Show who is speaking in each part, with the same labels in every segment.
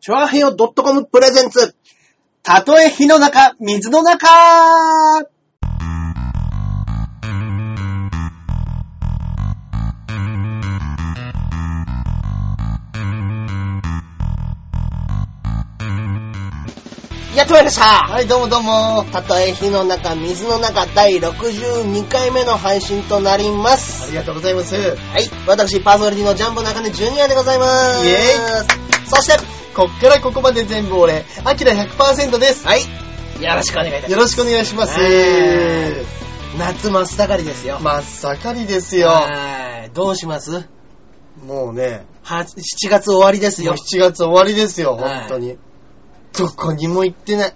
Speaker 1: チョアヘヨ .com プレゼンツ。たとえ火の中、水の中やってまいりました
Speaker 2: はい、どうもどうも。
Speaker 1: たとえ火の中、水の中第62回目の配信となります
Speaker 2: あ。りがとうございます。
Speaker 1: はい、私、パーソナリティのジャンボ中根ジュニアでございます。
Speaker 2: イエ
Speaker 1: イそして、
Speaker 2: こっからここまで全部俺、アキラ100%です。
Speaker 1: はい、よろしくお願いいたし
Speaker 2: よろしくお願いします。
Speaker 1: ねます。夏真っ盛りですよ。
Speaker 2: 真っ盛りですよ。
Speaker 1: はい、どうします
Speaker 2: もうね、
Speaker 1: は ?7 月終わりです
Speaker 2: もう
Speaker 1: よ。
Speaker 2: 7月終わりですよ、
Speaker 1: はい
Speaker 2: 本当に。どこにも行ってない。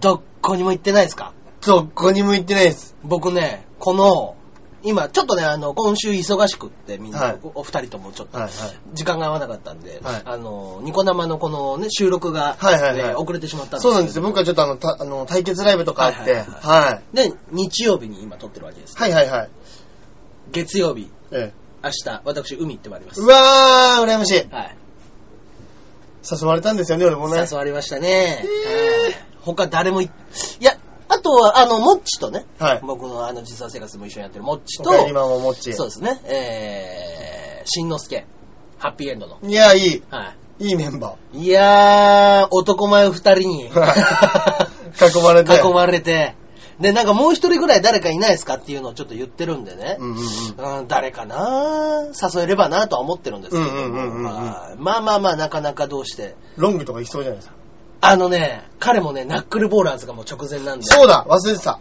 Speaker 1: どこにも行ってないですか
Speaker 2: どこにも行ってないです。
Speaker 1: 僕ね、この、今、ちょっとね、あの、今週忙しくって、みんな、
Speaker 2: はい
Speaker 1: おお二人ともちょっと、
Speaker 2: はいはい。
Speaker 1: 時間が合わなかったんで、
Speaker 2: はい
Speaker 1: あの、ニコ生のこのね、収録が、
Speaker 2: はいはいはい
Speaker 1: ね遅れてしまったんですけ
Speaker 2: そ
Speaker 1: ど
Speaker 2: うなんですよ。僕はちょっとあの、たあの対決ライブとかあって、はい
Speaker 1: は
Speaker 2: い
Speaker 1: はい
Speaker 2: はい。
Speaker 1: で、日曜日に今撮ってるわけです。
Speaker 2: はいはいはい。
Speaker 1: 月曜日、
Speaker 2: ええ
Speaker 1: 明日、私、海行ってまいります。
Speaker 2: うわー、羨ましい。
Speaker 1: はい。
Speaker 2: 誘われたんですよね、俺もね。
Speaker 1: 誘われました
Speaker 2: へ
Speaker 1: ね。
Speaker 2: ー
Speaker 1: はい他誰もい、いや、あとは、あの、モッチとね、
Speaker 2: はい。
Speaker 1: 僕のあの、実際生活も一緒にやってるモッチと
Speaker 2: お、かえりママもっち。
Speaker 1: そうですね、えー、しんのすけ、ハッピーエンドの。
Speaker 2: いや、いい。
Speaker 1: はい
Speaker 2: いメンバー。
Speaker 1: い。いやー、男前二人 に、
Speaker 2: 囲まれて。
Speaker 1: 囲まれて、で、なんかもう一人ぐらい誰かいないですかっていうのをちょっと言ってるんでね。
Speaker 2: うんうんうん。
Speaker 1: うん、誰かな誘えればなとは思ってるんですけども、
Speaker 2: うんうんうんうんうん
Speaker 1: はいまあまあまあ、なかなかどうして。
Speaker 2: ロングとかいきそうじゃないですか。
Speaker 1: あのね、彼もね、ナックルボーラーズがもう直前なんで、
Speaker 2: そうだ忘れてた。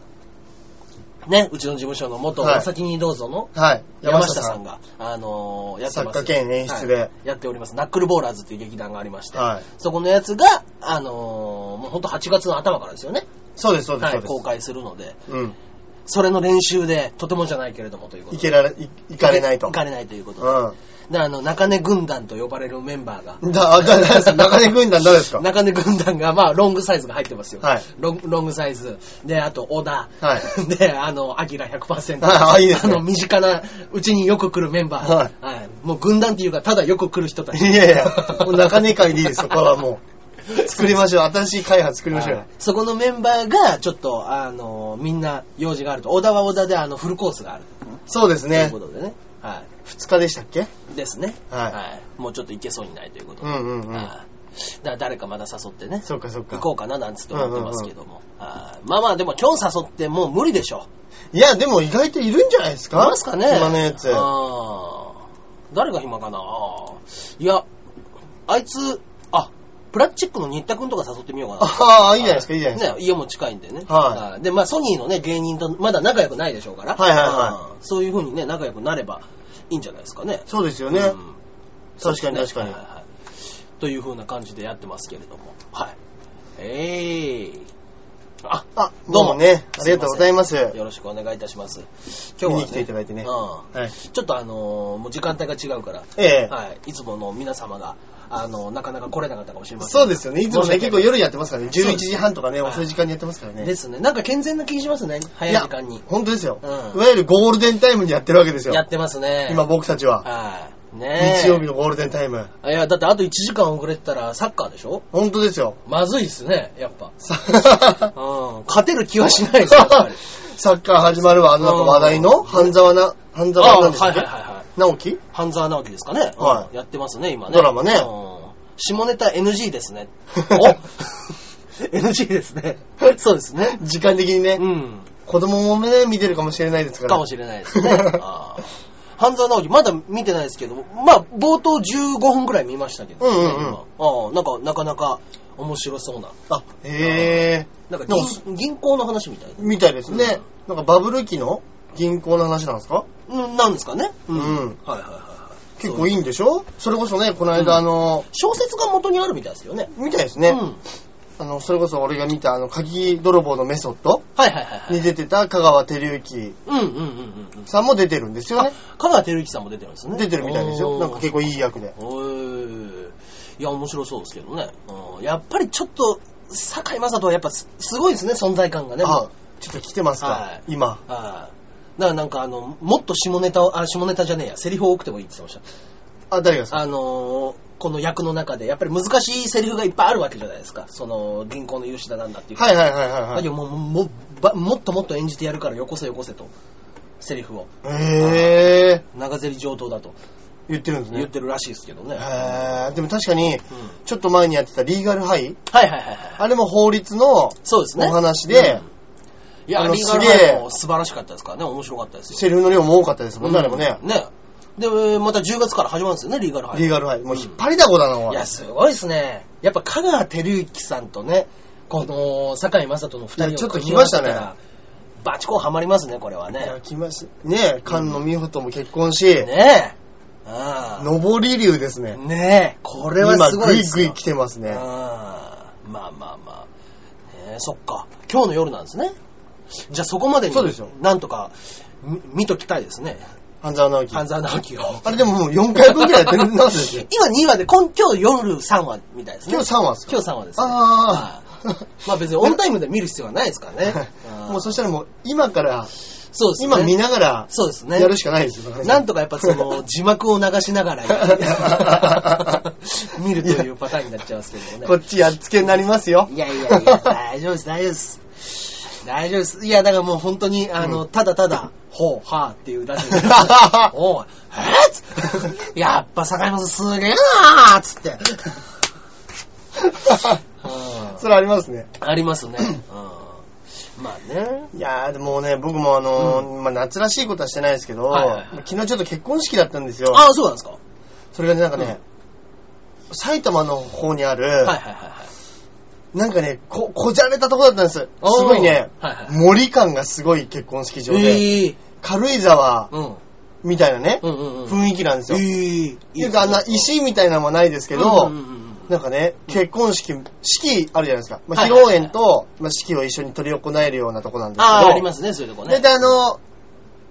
Speaker 1: ね、うちの事務所の元、
Speaker 2: はい
Speaker 1: お先にどうぞの
Speaker 2: はい。
Speaker 1: 山下さん。が、あのーやってます。
Speaker 2: 作家兼演出で
Speaker 1: はいやっております。ナックルボーラーズっていう劇団がありまして、
Speaker 2: はい。
Speaker 1: そこのやつが、あのーもうほんと8月の頭からですよね。
Speaker 2: そうです、そうです、
Speaker 1: は
Speaker 2: そ
Speaker 1: い、
Speaker 2: うです。
Speaker 1: 公開するので、
Speaker 2: うん。
Speaker 1: それの練習で、とてもじゃないけれどもということ
Speaker 2: い
Speaker 1: で。
Speaker 2: けられ、い行かれないと。
Speaker 1: 行かれないということで。
Speaker 2: う
Speaker 1: で、あの、中根軍団と呼ばれるメンバーが、
Speaker 2: ん。だ、あ、だ、だ、中根軍団誰 ですか
Speaker 1: 中根軍団が、まあ、ロングサイズが入ってますよ。
Speaker 2: はい
Speaker 1: ロンロングサイズ。で、あと、小田。
Speaker 2: は
Speaker 1: で、あの、アキラ100%。
Speaker 2: ああいいですね
Speaker 1: あの、身近な、うちによく来るメンバー。。
Speaker 2: はい
Speaker 1: もう軍団っていうか、ただよく来る人た
Speaker 2: い
Speaker 1: ち。
Speaker 2: やいや、もう中根会でいいです、 そこはもう。作りましょう。新しい会派作りましょう
Speaker 1: は
Speaker 2: よ
Speaker 1: い。そこのメンバーが、ちょっと、あの、みんな用事があると。小田は小田で、あの、フルコースがある。
Speaker 2: そうですね
Speaker 1: という。ことでね。は
Speaker 2: 2日でしたっけ
Speaker 1: い。ですね。
Speaker 2: はい
Speaker 1: もうちょっといけそうにないということ
Speaker 2: う
Speaker 1: で。
Speaker 2: んうんうん。
Speaker 1: はい。だから誰かまだ誘ってね。
Speaker 2: そうかそう
Speaker 1: 行
Speaker 2: か。
Speaker 1: こうかななんつって思ってますけども。あーまあまあ、でも今日誘ってもう無理でしょ。
Speaker 2: いや、でも意外といるんじゃないです
Speaker 1: い
Speaker 2: か
Speaker 1: ますかね
Speaker 2: 今のやつ。
Speaker 1: あー誰が暇かなあーいや、あいつ、あ、プラスチックの新田くんとか誘ってみようかな。
Speaker 2: ああ、いいじゃないですか、いいじゃないですか。
Speaker 1: ね、家も近いんでね。。
Speaker 2: はい
Speaker 1: で、まあ、ソニーのね、芸人とまだ仲良くないでしょうから。
Speaker 2: はいはいはい
Speaker 1: うんそういう風にね、仲良くなればいいんじゃないですかね。
Speaker 2: そうですよ
Speaker 1: う
Speaker 2: ね。
Speaker 1: ん
Speaker 2: 確かに確かに
Speaker 1: はい。はいはいという風な感じでやってますけれども。はい。ええあ、
Speaker 2: あ、
Speaker 1: ど
Speaker 2: ど
Speaker 1: う
Speaker 2: う
Speaker 1: も
Speaker 2: もね、ありがとうございます。
Speaker 1: よろしくお願いいたします。
Speaker 2: 見
Speaker 1: 今日は、ね、
Speaker 2: に来ていただいてね。
Speaker 1: うん
Speaker 2: はい。
Speaker 1: ちょっとあのーもう時間帯が違うから、
Speaker 2: ええ。
Speaker 1: はい、いつもの皆様が、あのーなかなか来れなかったかもしれませんが。
Speaker 2: そうですよね。いつもね、
Speaker 1: 申し
Speaker 2: 結
Speaker 1: 訳
Speaker 2: 構
Speaker 1: ない
Speaker 2: 夜やってますからね。
Speaker 1: そうです
Speaker 2: 11時半とかね、
Speaker 1: はい
Speaker 2: 遅い時間にやってますからね。
Speaker 1: ですね。なんか健全な気しますね。早い時間に
Speaker 2: や。本当ですよ。
Speaker 1: うん
Speaker 2: いわゆるゴールデンタイムにやってるわけですよ
Speaker 1: や。ってますね。
Speaker 2: 今僕たちは。
Speaker 1: はい。ねえ
Speaker 2: 日曜日のゴールデンタイム。
Speaker 1: いや、だってあと1時間遅れてたらサッカーでしょ
Speaker 2: 本当ですよ。
Speaker 1: まずいっすね、やっぱ。
Speaker 2: さ
Speaker 1: うん。勝てる気はしないです、やっ ぱり。
Speaker 2: サッカー始まるわ。あの、なんか話題の半沢な、半
Speaker 1: あ
Speaker 2: 沢なんです
Speaker 1: はいはいはい
Speaker 2: ね。
Speaker 1: はい。
Speaker 2: 直樹
Speaker 1: 半沢直樹ですかね。
Speaker 2: はい
Speaker 1: うんやってますね、今ね。
Speaker 2: ドラマね
Speaker 1: うん下ネタ NG で すね。お NG ですね。 そうですね。
Speaker 2: 時間的にね
Speaker 1: う、ん。
Speaker 2: 子供もね、見てるかもしれないですから。
Speaker 1: かもしれないですね。 あー半沢直樹、まだ見てないですけど、まあ、冒頭15分くらい見ましたけど、
Speaker 2: うんうんうん
Speaker 1: 今あーなんか、なかなか面白そうな。
Speaker 2: あ、へえ。
Speaker 1: なんか
Speaker 2: でも
Speaker 1: 銀、銀行の話みたい
Speaker 2: みたいですね。なんかバブル期の銀行の話なんですか
Speaker 1: な。うんなんですかね。
Speaker 2: うん
Speaker 1: はいはいはいはい。
Speaker 2: 結構
Speaker 1: い。
Speaker 2: いいんでしょそれこそね、この間あの、
Speaker 1: 小説が元にあるみたいですよね。
Speaker 2: みたいですね。
Speaker 1: うん。
Speaker 2: あの、それこそ俺が見た、あの、鍵泥棒のメソッド
Speaker 1: はいはいはいはい。
Speaker 2: に出てた香川照之
Speaker 1: うんうんうんうんうん。
Speaker 2: さんも出てるんですよね。
Speaker 1: 香川照之さんも出てるんですね。
Speaker 2: 出てるみたいです
Speaker 1: お
Speaker 2: よ。
Speaker 1: ー
Speaker 2: なんか結構いい役で。
Speaker 1: おーいや、面白そうですけどね。うんやっぱりちょっと、堺雅人はやっぱすすごいですね、存在感がね。もう
Speaker 2: あ、ちょっと来てます
Speaker 1: は
Speaker 2: か
Speaker 1: い、
Speaker 2: 今。
Speaker 1: はい。だからなんかあの、もっと下ネタを、あ、下ネタじゃねえや、セリフを多くてもいいって言ってまし
Speaker 2: あ、誰がです
Speaker 1: た。
Speaker 2: か
Speaker 1: あのーこの役の中で、やっぱり難しいセリフがいっぱいあるわけじゃないですか。その、銀行の融資だなんだっていう。
Speaker 2: はいはいはいはいは
Speaker 1: だけ
Speaker 2: い
Speaker 1: どもうもうばもっともっと演じてやるから、よこせよこせと。セリフを。
Speaker 2: へえ
Speaker 1: 長ゼリ上等だと
Speaker 2: 言ってるんですね
Speaker 1: 言ってるらしいですけどね。
Speaker 2: へえでも確かに
Speaker 1: うん
Speaker 2: ちょっと前にやってたリーガルハイ
Speaker 1: はいはいはいはい。
Speaker 2: あれも法律の
Speaker 1: そうですね。
Speaker 2: お話で
Speaker 1: うん、いや、
Speaker 2: あの
Speaker 1: リーガル
Speaker 2: すげえ
Speaker 1: ハイも素晴らしかったですからね。面白かったですよ。
Speaker 2: セリフの量も多かったですもんね、あれもね
Speaker 1: うん。ね。で、また10月から始まるんですよね、リーガルハイ。
Speaker 2: リーガルハイもう引っ張りだこだなお
Speaker 1: い
Speaker 2: い
Speaker 1: や、すごいですね。やっぱ香川照之さんとね、この、堺井雅人の
Speaker 2: い
Speaker 1: 二
Speaker 2: や
Speaker 1: 人
Speaker 2: ちょっと
Speaker 1: 組み合わせ
Speaker 2: 来ました。
Speaker 1: バチコンハマりますね、これはいね
Speaker 2: や。来ましたね菅野美穂とも結婚し
Speaker 1: ねえ。あ
Speaker 2: 上り流です
Speaker 1: あ。
Speaker 2: ね
Speaker 1: ねえ。これはすごいで
Speaker 2: 今
Speaker 1: す
Speaker 2: グイ
Speaker 1: よ
Speaker 2: グイ来てますね
Speaker 1: うんまあまあまあ。ねえそっか。今日の夜なんですね。じゃあそこまでに、
Speaker 2: そうですよ
Speaker 1: なんとか、み見ときたいですね。
Speaker 2: 半沢直樹
Speaker 1: 半沢直樹を。
Speaker 2: あれでももう4回分くらいやってるん ですよ
Speaker 1: 今2話で、今今日夜3話みたいですね。
Speaker 2: 今日3話ですか
Speaker 1: 今日3話です、ね。
Speaker 2: あー。
Speaker 1: はいまあ別にオンタイムで見る必要はないですからね
Speaker 2: もうそしたらもう今から
Speaker 1: そうですね。
Speaker 2: 今見ながら
Speaker 1: そうですね。
Speaker 2: やるしかないですよだらね
Speaker 1: なんとかやっぱその字幕を流しな がら見るというパターンになっちゃいますけども
Speaker 2: こ
Speaker 1: ね。
Speaker 2: っちやっつけになりますよ
Speaker 1: いやいやいや、 大丈夫です、大丈夫です。大丈夫です。いや、だからもう本当に、あの、ただただ、ほう、はーっていうだけでおう、えっつってやっぱ坂本すげえなーっつって。うん
Speaker 2: それありますね
Speaker 1: ありますね。うんまあね。
Speaker 2: いやーでもね僕もあのーまあ、夏らしいことはしてないですけど、
Speaker 1: はいはいはい
Speaker 2: 昨日ちょっと結婚式だったんですよ
Speaker 1: ああ、そうなんですか。は
Speaker 2: それがねなんかね、埼玉の方にある、
Speaker 1: いはいはいはい。
Speaker 2: なんかねここじゃれたとこだったんですすごいね、
Speaker 1: おーはいはい
Speaker 2: 森感がすごい結婚式場で、
Speaker 1: ええ
Speaker 2: 軽井沢
Speaker 1: うん。
Speaker 2: みたいなね、
Speaker 1: うんうんうん。
Speaker 2: 雰囲気なんですよ、
Speaker 1: ええ
Speaker 2: っていうか、あんな石みたいなのはないですけど、
Speaker 1: うんうんうんうん
Speaker 2: なんかね、結婚式、式あるじゃないですか。まあ、
Speaker 1: はい
Speaker 2: 披
Speaker 1: はい
Speaker 2: 露
Speaker 1: はい
Speaker 2: 宴と、まあ、式を一緒に取り行えるようなとこなんですけど、
Speaker 1: ああ、ありますね、そういうとこね。
Speaker 2: 大体あの、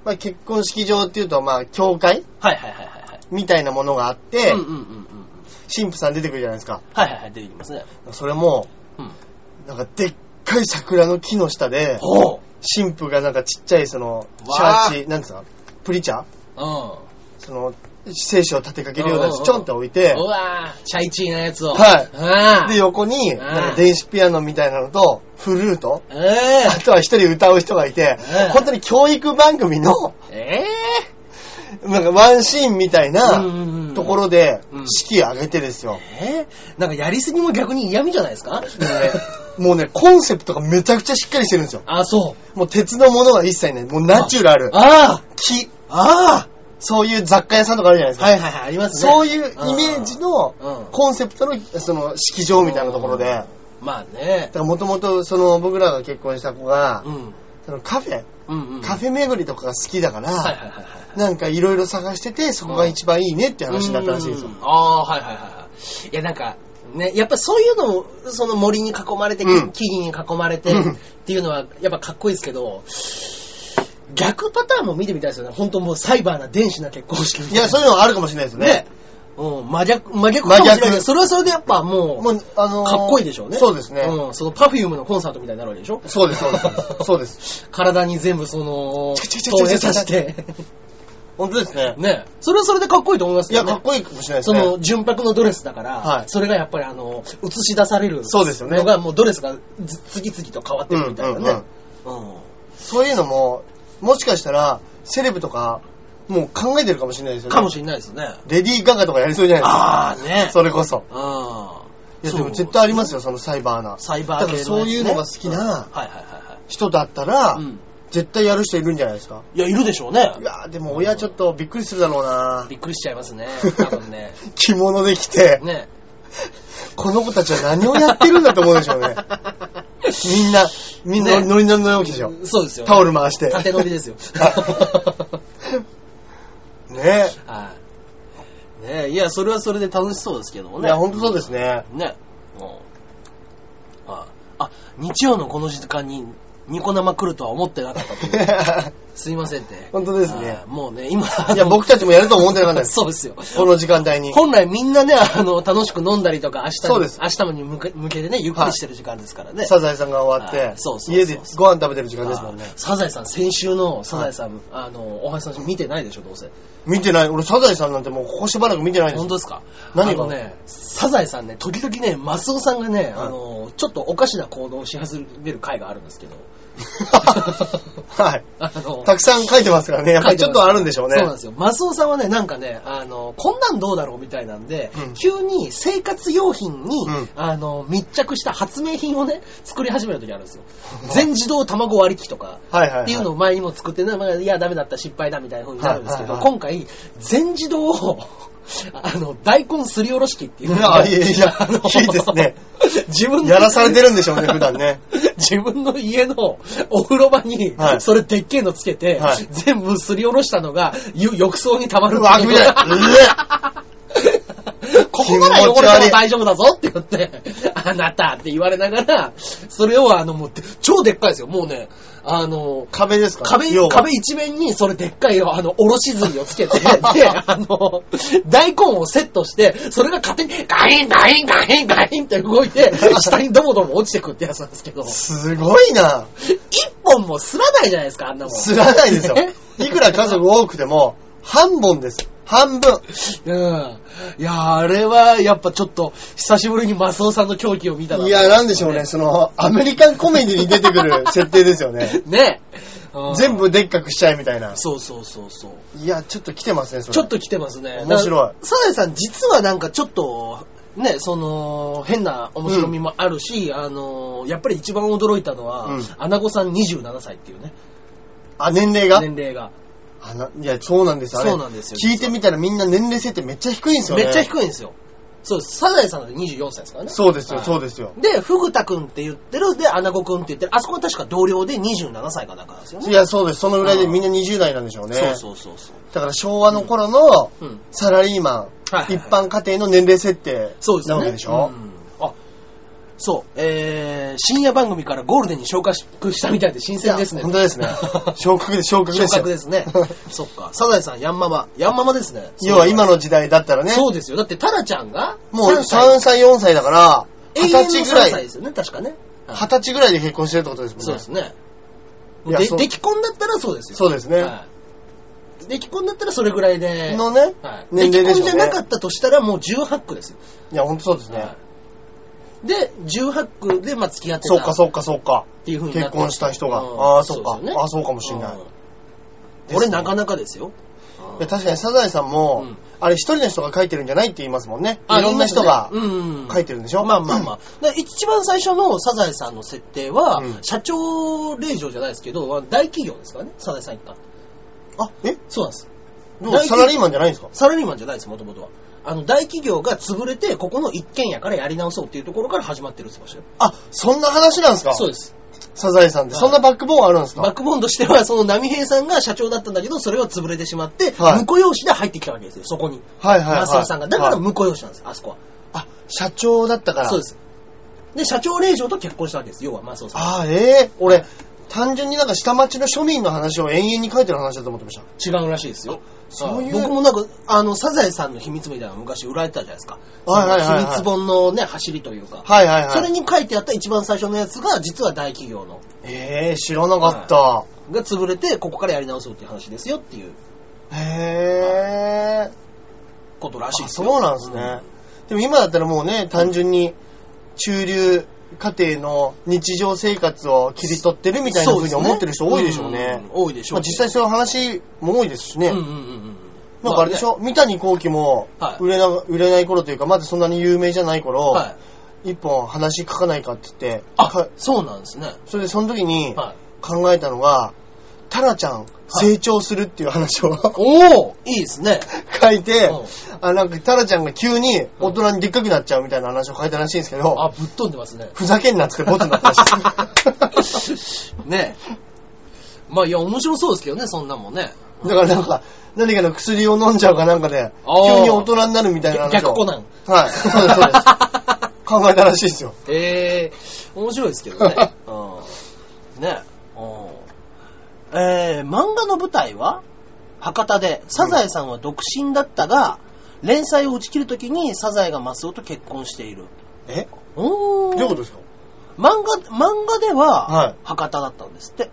Speaker 2: まあ、結婚式場っていうと、まあ、教会
Speaker 1: はいはいはいはいはい。
Speaker 2: みたいなものがあって、
Speaker 1: うんうんうんうん。
Speaker 2: 神父さん出てくるじゃないですか。
Speaker 1: はいはいはい、出てきますね。
Speaker 2: それも、
Speaker 1: うん。
Speaker 2: なんかでっかい桜の木の下で、
Speaker 1: ほう。
Speaker 2: 神父がなんかちっちゃいその、チャ
Speaker 1: わあ
Speaker 2: ーチ、なんですかプリチャー
Speaker 1: うん。
Speaker 2: その、聖書を立てかけるようなや
Speaker 1: うんうんう
Speaker 2: つ、ち
Speaker 1: ん
Speaker 2: ょんって置いて
Speaker 1: う、わぁ、チャイチーなやつを。
Speaker 2: はい
Speaker 1: ああ。
Speaker 2: で、横に、
Speaker 1: うん
Speaker 2: なんか電子ピアノみたいなのと、フルート、
Speaker 1: ええ
Speaker 2: あとは一人歌う人がいて
Speaker 1: うん、
Speaker 2: 本当に教育番組の、
Speaker 1: え
Speaker 2: なんかワンシーンみたい
Speaker 1: え
Speaker 2: なとこ
Speaker 1: ろ。
Speaker 2: ろで
Speaker 1: うん、
Speaker 2: 式上げてですよ。
Speaker 1: ええなんかやりすぎも逆に嫌味じゃないですか
Speaker 2: でもねもうね、コンセプトがめちゃくちゃしっかりしてるんですよ。
Speaker 1: あ、そう。
Speaker 2: もう鉄のものは一切ない。もうナチュラル。
Speaker 1: あ
Speaker 2: 木。
Speaker 1: あ、あ
Speaker 2: そういう雑貨屋さんとかあるじゃないです
Speaker 1: あ。
Speaker 2: か。
Speaker 1: はいはいはい、ありますね。
Speaker 2: そういうイメージの
Speaker 1: うん
Speaker 2: コンセプトの、その、式場みたいなところで。だ
Speaker 1: うん。まあね。
Speaker 2: からもともと、その、僕らが結婚した子が
Speaker 1: う、ん。
Speaker 2: そのカフェ、
Speaker 1: うんうん。
Speaker 2: カフェ巡りとかが好きだか
Speaker 1: はい
Speaker 2: ら、
Speaker 1: はいはいはい。
Speaker 2: なんかいろいろ探してて、そこが一番いいねって話になったらしいですよ
Speaker 1: う。んああ、はいはいはいはい。いや、なんか、ね、やっぱそういうのも、その森に囲まれて、
Speaker 2: うん
Speaker 1: 木々に囲まれて
Speaker 2: うん
Speaker 1: っていうのは、やっぱかっこいいですけど、逆パターンも見てみたいですよね。本当もうサイバーな電子な結婚式みた
Speaker 2: い
Speaker 1: いな。
Speaker 2: や、そういうのはあるかもしれないですね
Speaker 1: ね。。うん、真逆、真逆かもしれないけ
Speaker 2: 真
Speaker 1: ど、
Speaker 2: 逆
Speaker 1: それはそれでやっぱもう、
Speaker 2: もう、あのー
Speaker 1: かっこいいでしょうね。
Speaker 2: そうですね。
Speaker 1: うん、そのパフュームのコンサートみたいになるわけでしょ
Speaker 2: そうです、そう です。そうです。
Speaker 1: 体に全部その、
Speaker 2: チクチクチク
Speaker 1: 投
Speaker 2: チ
Speaker 1: 影
Speaker 2: クチク
Speaker 1: させて。
Speaker 2: 本当ですね。
Speaker 1: ね。それはそれでかっこいいと思います
Speaker 2: い
Speaker 1: けど
Speaker 2: や、
Speaker 1: ね
Speaker 2: かっこいいかもしれないです
Speaker 1: そ
Speaker 2: ね。
Speaker 1: の純白のドレスだから、
Speaker 2: はい
Speaker 1: それがやっぱりあの映し出される
Speaker 2: そうですよね
Speaker 1: のがもうドレスがず次々と変わって
Speaker 2: う
Speaker 1: る
Speaker 2: ん
Speaker 1: み
Speaker 2: う
Speaker 1: たいなんね、
Speaker 2: うん、そういうのも、もしかしたら、セレブとか、もう考えてるかもしれないです
Speaker 1: う
Speaker 2: よ
Speaker 1: ん
Speaker 2: ね。
Speaker 1: かもしれないですね
Speaker 2: レディー・ガガとかやりそうじゃないですか。
Speaker 1: ああね
Speaker 2: それこそ。
Speaker 1: うん
Speaker 2: いや、でも絶対ありますよ、そのサイバーな。
Speaker 1: サイバー系のやつね、
Speaker 2: だからそういうのが好きな
Speaker 1: うんはいはいは
Speaker 2: 人だったら、
Speaker 1: いはい、うん、
Speaker 2: 絶対やる人いるんじゃないですか。
Speaker 1: いやいるでしょうね
Speaker 2: いやーでも親ちょっとびっくりするだろうな
Speaker 1: びっくりしちゃいますね多 分ね
Speaker 2: 着物で来て、
Speaker 1: ね
Speaker 2: この子たちは何をやってるんだと思うでしょうね。 みんな、みんな
Speaker 1: ね
Speaker 2: ノリノリの容器でしょ。
Speaker 1: そうですよ、ね、
Speaker 2: タオル回して。
Speaker 1: 縦伸びですよ
Speaker 2: ね
Speaker 1: はいねいやそれはそれで楽しそうですけども
Speaker 2: い
Speaker 1: ね
Speaker 2: や、ほんとそうです ね。
Speaker 1: ね。もう。あ、あ日曜のこの時間にニコ生来るとは思ってなかったという すいませんって。
Speaker 2: 本当ですね
Speaker 1: はいもうね、今、
Speaker 2: いや、僕たちもやると思ってなかったです。
Speaker 1: そうですよ。
Speaker 2: この時間帯に。
Speaker 1: 本来みんなね、あの、楽しく飲んだりとか、明日に、
Speaker 2: そうです
Speaker 1: 明日に向け向けてね、ゆっくりしてる時間ですからね。
Speaker 2: サザエさんが終わっ
Speaker 1: はい
Speaker 2: て
Speaker 1: そう、そうそう
Speaker 2: 家でご飯食べてる時間ですもんね
Speaker 1: あ。サザエさん、先週のサザエさん、あの、大橋さん見てないでしょ、どうせ。
Speaker 2: 見てない。俺、サザエさんなんてもうここしばらく見てないです。
Speaker 1: 本当ですか
Speaker 2: 何が
Speaker 1: あのね、サザエさんね、時々ね、マスオさんがね、あの、ちょっとおかしな行動をし始める回があるんですけど。
Speaker 2: はい。
Speaker 1: あの
Speaker 2: たくさん書いてますからね。やっぱりちょっとあるんでしょうね。
Speaker 1: そうなんですよ。マスオさんはね、なんかね、あの、こんなんどうだろうみたいなんで、
Speaker 2: うん
Speaker 1: 急に生活用品に、
Speaker 2: うん
Speaker 1: あの、密着した発明品をね、作り始める時あるんですよ。全自動卵割り機とか、
Speaker 2: はいはいはい
Speaker 1: っていうのを前にも作ってね、まあいや、ダメだった、失敗だみたいな風になるんですけど、
Speaker 2: はいはいはい
Speaker 1: 今回、全自動を、あの、大根すりおろし器っていうのを
Speaker 2: あいやいや
Speaker 1: あの
Speaker 2: いいですね
Speaker 1: 自分の
Speaker 2: やらされてるんでしょ うね、普段ね。
Speaker 1: 自分の家のお風呂場に
Speaker 2: は、い
Speaker 1: それでっけえのつけて、
Speaker 2: はい
Speaker 1: 全部すりおろしたのが、ゆ浴槽に溜まる
Speaker 2: うわ、悪みたい。
Speaker 1: ここなら汚れても大丈夫だぞって言って、あなたって言われながら、それをあの、もう、超でっかいですよ。もうね、あの、
Speaker 2: 壁ですか
Speaker 1: 壁、
Speaker 2: 要は
Speaker 1: 壁一面にそれでっかいあの、おろしずりを つけて、で、あの、大根をセットして、それが勝手にガインガインガインガインって動いて、下にどもども落ちてくってやつなんですけど。
Speaker 2: すごいな。
Speaker 1: 一本もすらないじゃないですか、あんなもん。
Speaker 2: すらないですよ
Speaker 1: ね。
Speaker 2: いくら家族多くても、半本です。半分。
Speaker 1: うん。いやー、あれは、やっぱちょっと、久しぶりにマスオさんの狂気を見たな。
Speaker 2: いや、なんでしょうね。その、アメリカンコメディに出てくる設定ですよ ね。
Speaker 1: ね。うん
Speaker 2: 全。部でっかくしちゃえみたいな。
Speaker 1: そうそうそうそう。
Speaker 2: いや、ちょっと来てますね、それ。
Speaker 1: ちょっと来てますね。
Speaker 2: 面白い
Speaker 1: だからサザエさん、実はなんかちょっと、ね、その、変な面白みもあるし、あの、やっぱり一番驚いたのは、
Speaker 2: うん
Speaker 1: アナゴさん27歳っていうね、
Speaker 2: あ、年齢が
Speaker 1: 年齢が。
Speaker 2: あないや、そうなんですよ、あれ
Speaker 1: そうなんですよ
Speaker 2: 聞いてみたらみんな年齢設定めっちゃ低いんですよね。
Speaker 1: めっちゃ低いんですよ。そうです。サザエさんだって24歳ですからね。
Speaker 2: そうですよ、
Speaker 1: はい
Speaker 2: そうですよ。
Speaker 1: で、フグタくんって言ってる、で、アナゴくんって言ってる、あそこは確か同僚で27歳かなんかですよね。
Speaker 2: いや、そうです。そのぐらいでみんな20代なんでしょうね。
Speaker 1: そうそうそうそう。
Speaker 2: だから昭和の頃の
Speaker 1: うん。
Speaker 2: サラリーマン、
Speaker 1: はいはい
Speaker 2: 一般家庭の年齢設定
Speaker 1: そうです
Speaker 2: な
Speaker 1: よ
Speaker 2: わ
Speaker 1: ね。
Speaker 2: けでしょ、
Speaker 1: うんあ、そう、えー、深夜番組からゴールデンに昇格したみたいで新鮮です
Speaker 2: い
Speaker 1: ね。。
Speaker 2: や本当ですね
Speaker 1: 昇
Speaker 2: 昇格で昇格ですよ
Speaker 1: 格ですね。そっか。サザエさん、ヤンママ。ヤンママですね。
Speaker 2: 要は今の時代だったらね、
Speaker 1: そうですよ。だって、タラちゃんが、
Speaker 2: もう3
Speaker 1: 3歳。
Speaker 2: 歳、4歳だから、
Speaker 1: 永
Speaker 2: 20
Speaker 1: 遠の
Speaker 2: 歳ぐ
Speaker 1: 3
Speaker 2: ら
Speaker 1: 歳
Speaker 2: い
Speaker 1: で、すよね、確かね。はい
Speaker 2: 20歳ぐらいで結婚してるってことですもんね。
Speaker 1: そうですね。
Speaker 2: いや
Speaker 1: で、
Speaker 2: そう
Speaker 1: 出来婚だったらそうですよ。
Speaker 2: そうですね
Speaker 1: はい。出来婚だったらそれぐらいで。
Speaker 2: のね、
Speaker 1: はい。
Speaker 2: 年齢でしょうね
Speaker 1: 出来婚じゃなかったとしたらもう18区ですよ。
Speaker 2: いや、ほんとそうですね。
Speaker 1: はいで、18区で、まあ、付き合ってた
Speaker 2: そっかそっかそっか。
Speaker 1: っていう風にな
Speaker 2: 結
Speaker 1: って
Speaker 2: 婚した人が。
Speaker 1: うん
Speaker 2: ああ、そっか
Speaker 1: ですよ。ね
Speaker 2: ああ、そうかもしれない。
Speaker 1: うん
Speaker 2: い
Speaker 1: これなかなかですよ。
Speaker 2: や確かにサザエさんも、
Speaker 1: うん
Speaker 2: あれ一人の人が書いてるんじゃないって言いますもんね。
Speaker 1: あ
Speaker 2: いろんな人が
Speaker 1: 言いますねうん
Speaker 2: 書いてるんでしょ
Speaker 1: まあまあ まあ。だから一番最初のサザエさんの設定は、
Speaker 2: うん
Speaker 1: 社長令嬢じゃないですけど、大企業ですからね、サザエさん一家。
Speaker 2: あ、え
Speaker 1: そうなんです。
Speaker 2: どう
Speaker 1: 大企業
Speaker 2: サラリーマンじゃないんですか
Speaker 1: サラリーマンじゃないです、もともとは。あの、大企業が潰れて、ここの一軒家からやり直そうっていうところから始まってるって言ってまし
Speaker 2: あ、そんな話なんです
Speaker 1: た
Speaker 2: か
Speaker 1: よ。そうです。
Speaker 2: サザエさんって。
Speaker 1: はい
Speaker 2: そんなバックボーンあるんです
Speaker 1: バッ
Speaker 2: か
Speaker 1: クボーンとしては、その波平さんが社長だったんだけど、それは潰れてしまって、
Speaker 2: はい
Speaker 1: 婿養子で入ってきたわけですよ、そこに。
Speaker 2: はいはいはい。
Speaker 1: マスオさんが。だから
Speaker 2: はい
Speaker 1: 婿養子なんです、あそこは。
Speaker 2: あ、社長だったから。
Speaker 1: そうで。す。で、社長令嬢と結婚したわけです、要はマスオさん。
Speaker 2: あー、ええ俺、単純になんか下町の庶民の話を延々に書いてる話だと思ってました。
Speaker 1: 違うらしいですよ。
Speaker 2: そういう
Speaker 1: あ僕もなんか、あの、サザエさんの秘密みたいなの昔売られてたじゃないですか。
Speaker 2: はいはいはいはい
Speaker 1: その秘密本のね、走りというか。
Speaker 2: はいはいはい。
Speaker 1: それに書いてあった一番最初のやつが、実は大企業の、
Speaker 2: ええ知らなかった。
Speaker 1: が潰れて、ここからやり直そうっていう話ですよっていう
Speaker 2: へえ。
Speaker 1: ことらしい
Speaker 2: あ
Speaker 1: ですよ。
Speaker 2: そうなんですね、でも今だったらもうね、単純に中流家庭の日常生活を切り取ってるみたいな
Speaker 1: そう
Speaker 2: 風
Speaker 1: で
Speaker 2: に
Speaker 1: すね
Speaker 2: 思ってる人多いでしょうね。
Speaker 1: うん多いでしょ
Speaker 2: ま
Speaker 1: う
Speaker 2: あ、
Speaker 1: ね
Speaker 2: 実際そういう話も多いですしね。
Speaker 1: うんうんうんうん。
Speaker 2: なんかあれでしょ、三谷幸喜も
Speaker 1: はい
Speaker 2: 売れな、売れない頃というか、まだそんなに有名じゃない頃、
Speaker 1: まあねはい。
Speaker 2: 一本話書かないかって言って、
Speaker 1: あ
Speaker 2: か、
Speaker 1: そうなんですね。
Speaker 2: それでその時に
Speaker 1: はい。
Speaker 2: 考えたのが、タラちゃん成長するっていう話を、
Speaker 1: おおいいですね。
Speaker 2: 書いて
Speaker 1: うん、
Speaker 2: あ、なんか、タラちゃんが急に大人にでっかくなっちゃうみたいな話を書いたらしいんですけ
Speaker 1: あ、
Speaker 2: ど、
Speaker 1: ぶっ飛んでますね。
Speaker 2: ふざけんなっつってボツになったらしいです
Speaker 1: ねえ。まあいや、面白そうですけどね、そんなんもね。
Speaker 2: だからなんか、何かの薬を飲んじゃうかなんかで、
Speaker 1: あー
Speaker 2: 急に大人になるみたいな話を。
Speaker 1: 逆コナン。
Speaker 2: はい。そうです、そう です。考えたらしいですよ。
Speaker 1: ええ面白いですけどね。うんねえー漫画の舞台は博多で、サザエさんは独身だったが、連載を打ち切るときにサザエがマスオと結婚している。
Speaker 2: え
Speaker 1: お
Speaker 2: ど
Speaker 1: ー
Speaker 2: ういうことですか
Speaker 1: 漫画、漫画では
Speaker 2: はい、
Speaker 1: 博多だったんですって。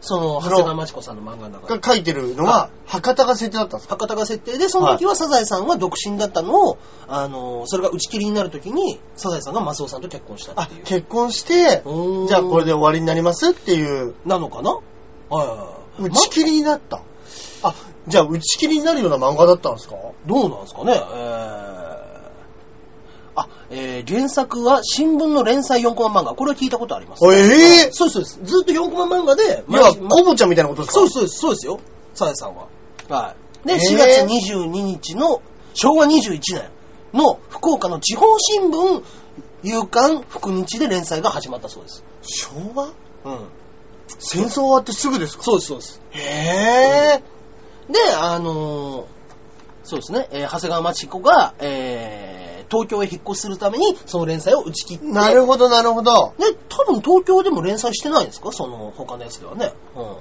Speaker 1: その、
Speaker 2: あの
Speaker 1: 長谷川町子さんの漫画の中で。
Speaker 2: が書いてるのは、博多が設定だったんですか
Speaker 1: 博多が設定で、その時はサザエさんは独身だったのを、あの、それが打ち切りになるときに、サザエさんがマスオさんと結婚した
Speaker 2: あ
Speaker 1: っていう。、
Speaker 2: 結婚して、
Speaker 1: うーん
Speaker 2: じゃあこれで終わりになりますっていう、
Speaker 1: なのかなはい。
Speaker 2: 打ち切りになった。あ、じゃあ打ち切りになるような漫画だったんですか
Speaker 1: どうなんですかねえー、あ、えー、原作は新聞の連載4コマ漫画。これは聞いたことあります。
Speaker 2: ええ
Speaker 1: そうです、そうです。ずっと4コマ漫画で、
Speaker 2: 要は、
Speaker 1: 毎日
Speaker 2: コボちゃんみたいなことですか
Speaker 1: そうです、そうです、そうですよ。サザエさんは。はい。で、
Speaker 2: えー
Speaker 1: 4月22日の、昭和21年の福岡の地方新聞、夕刊福日で連載が始まったそうです。
Speaker 2: 昭和
Speaker 1: うん。
Speaker 2: 戦争終わってすぐですか
Speaker 1: そうです、そうです。
Speaker 2: へえ。
Speaker 1: で、あのーそうですね、えー長谷川町子が、えー東京へ引っ越しするために、その連載を打ち切って、
Speaker 2: なるほど、なるほど。
Speaker 1: ね、多分東京でも連載してないんですかその他のやつではね。うん。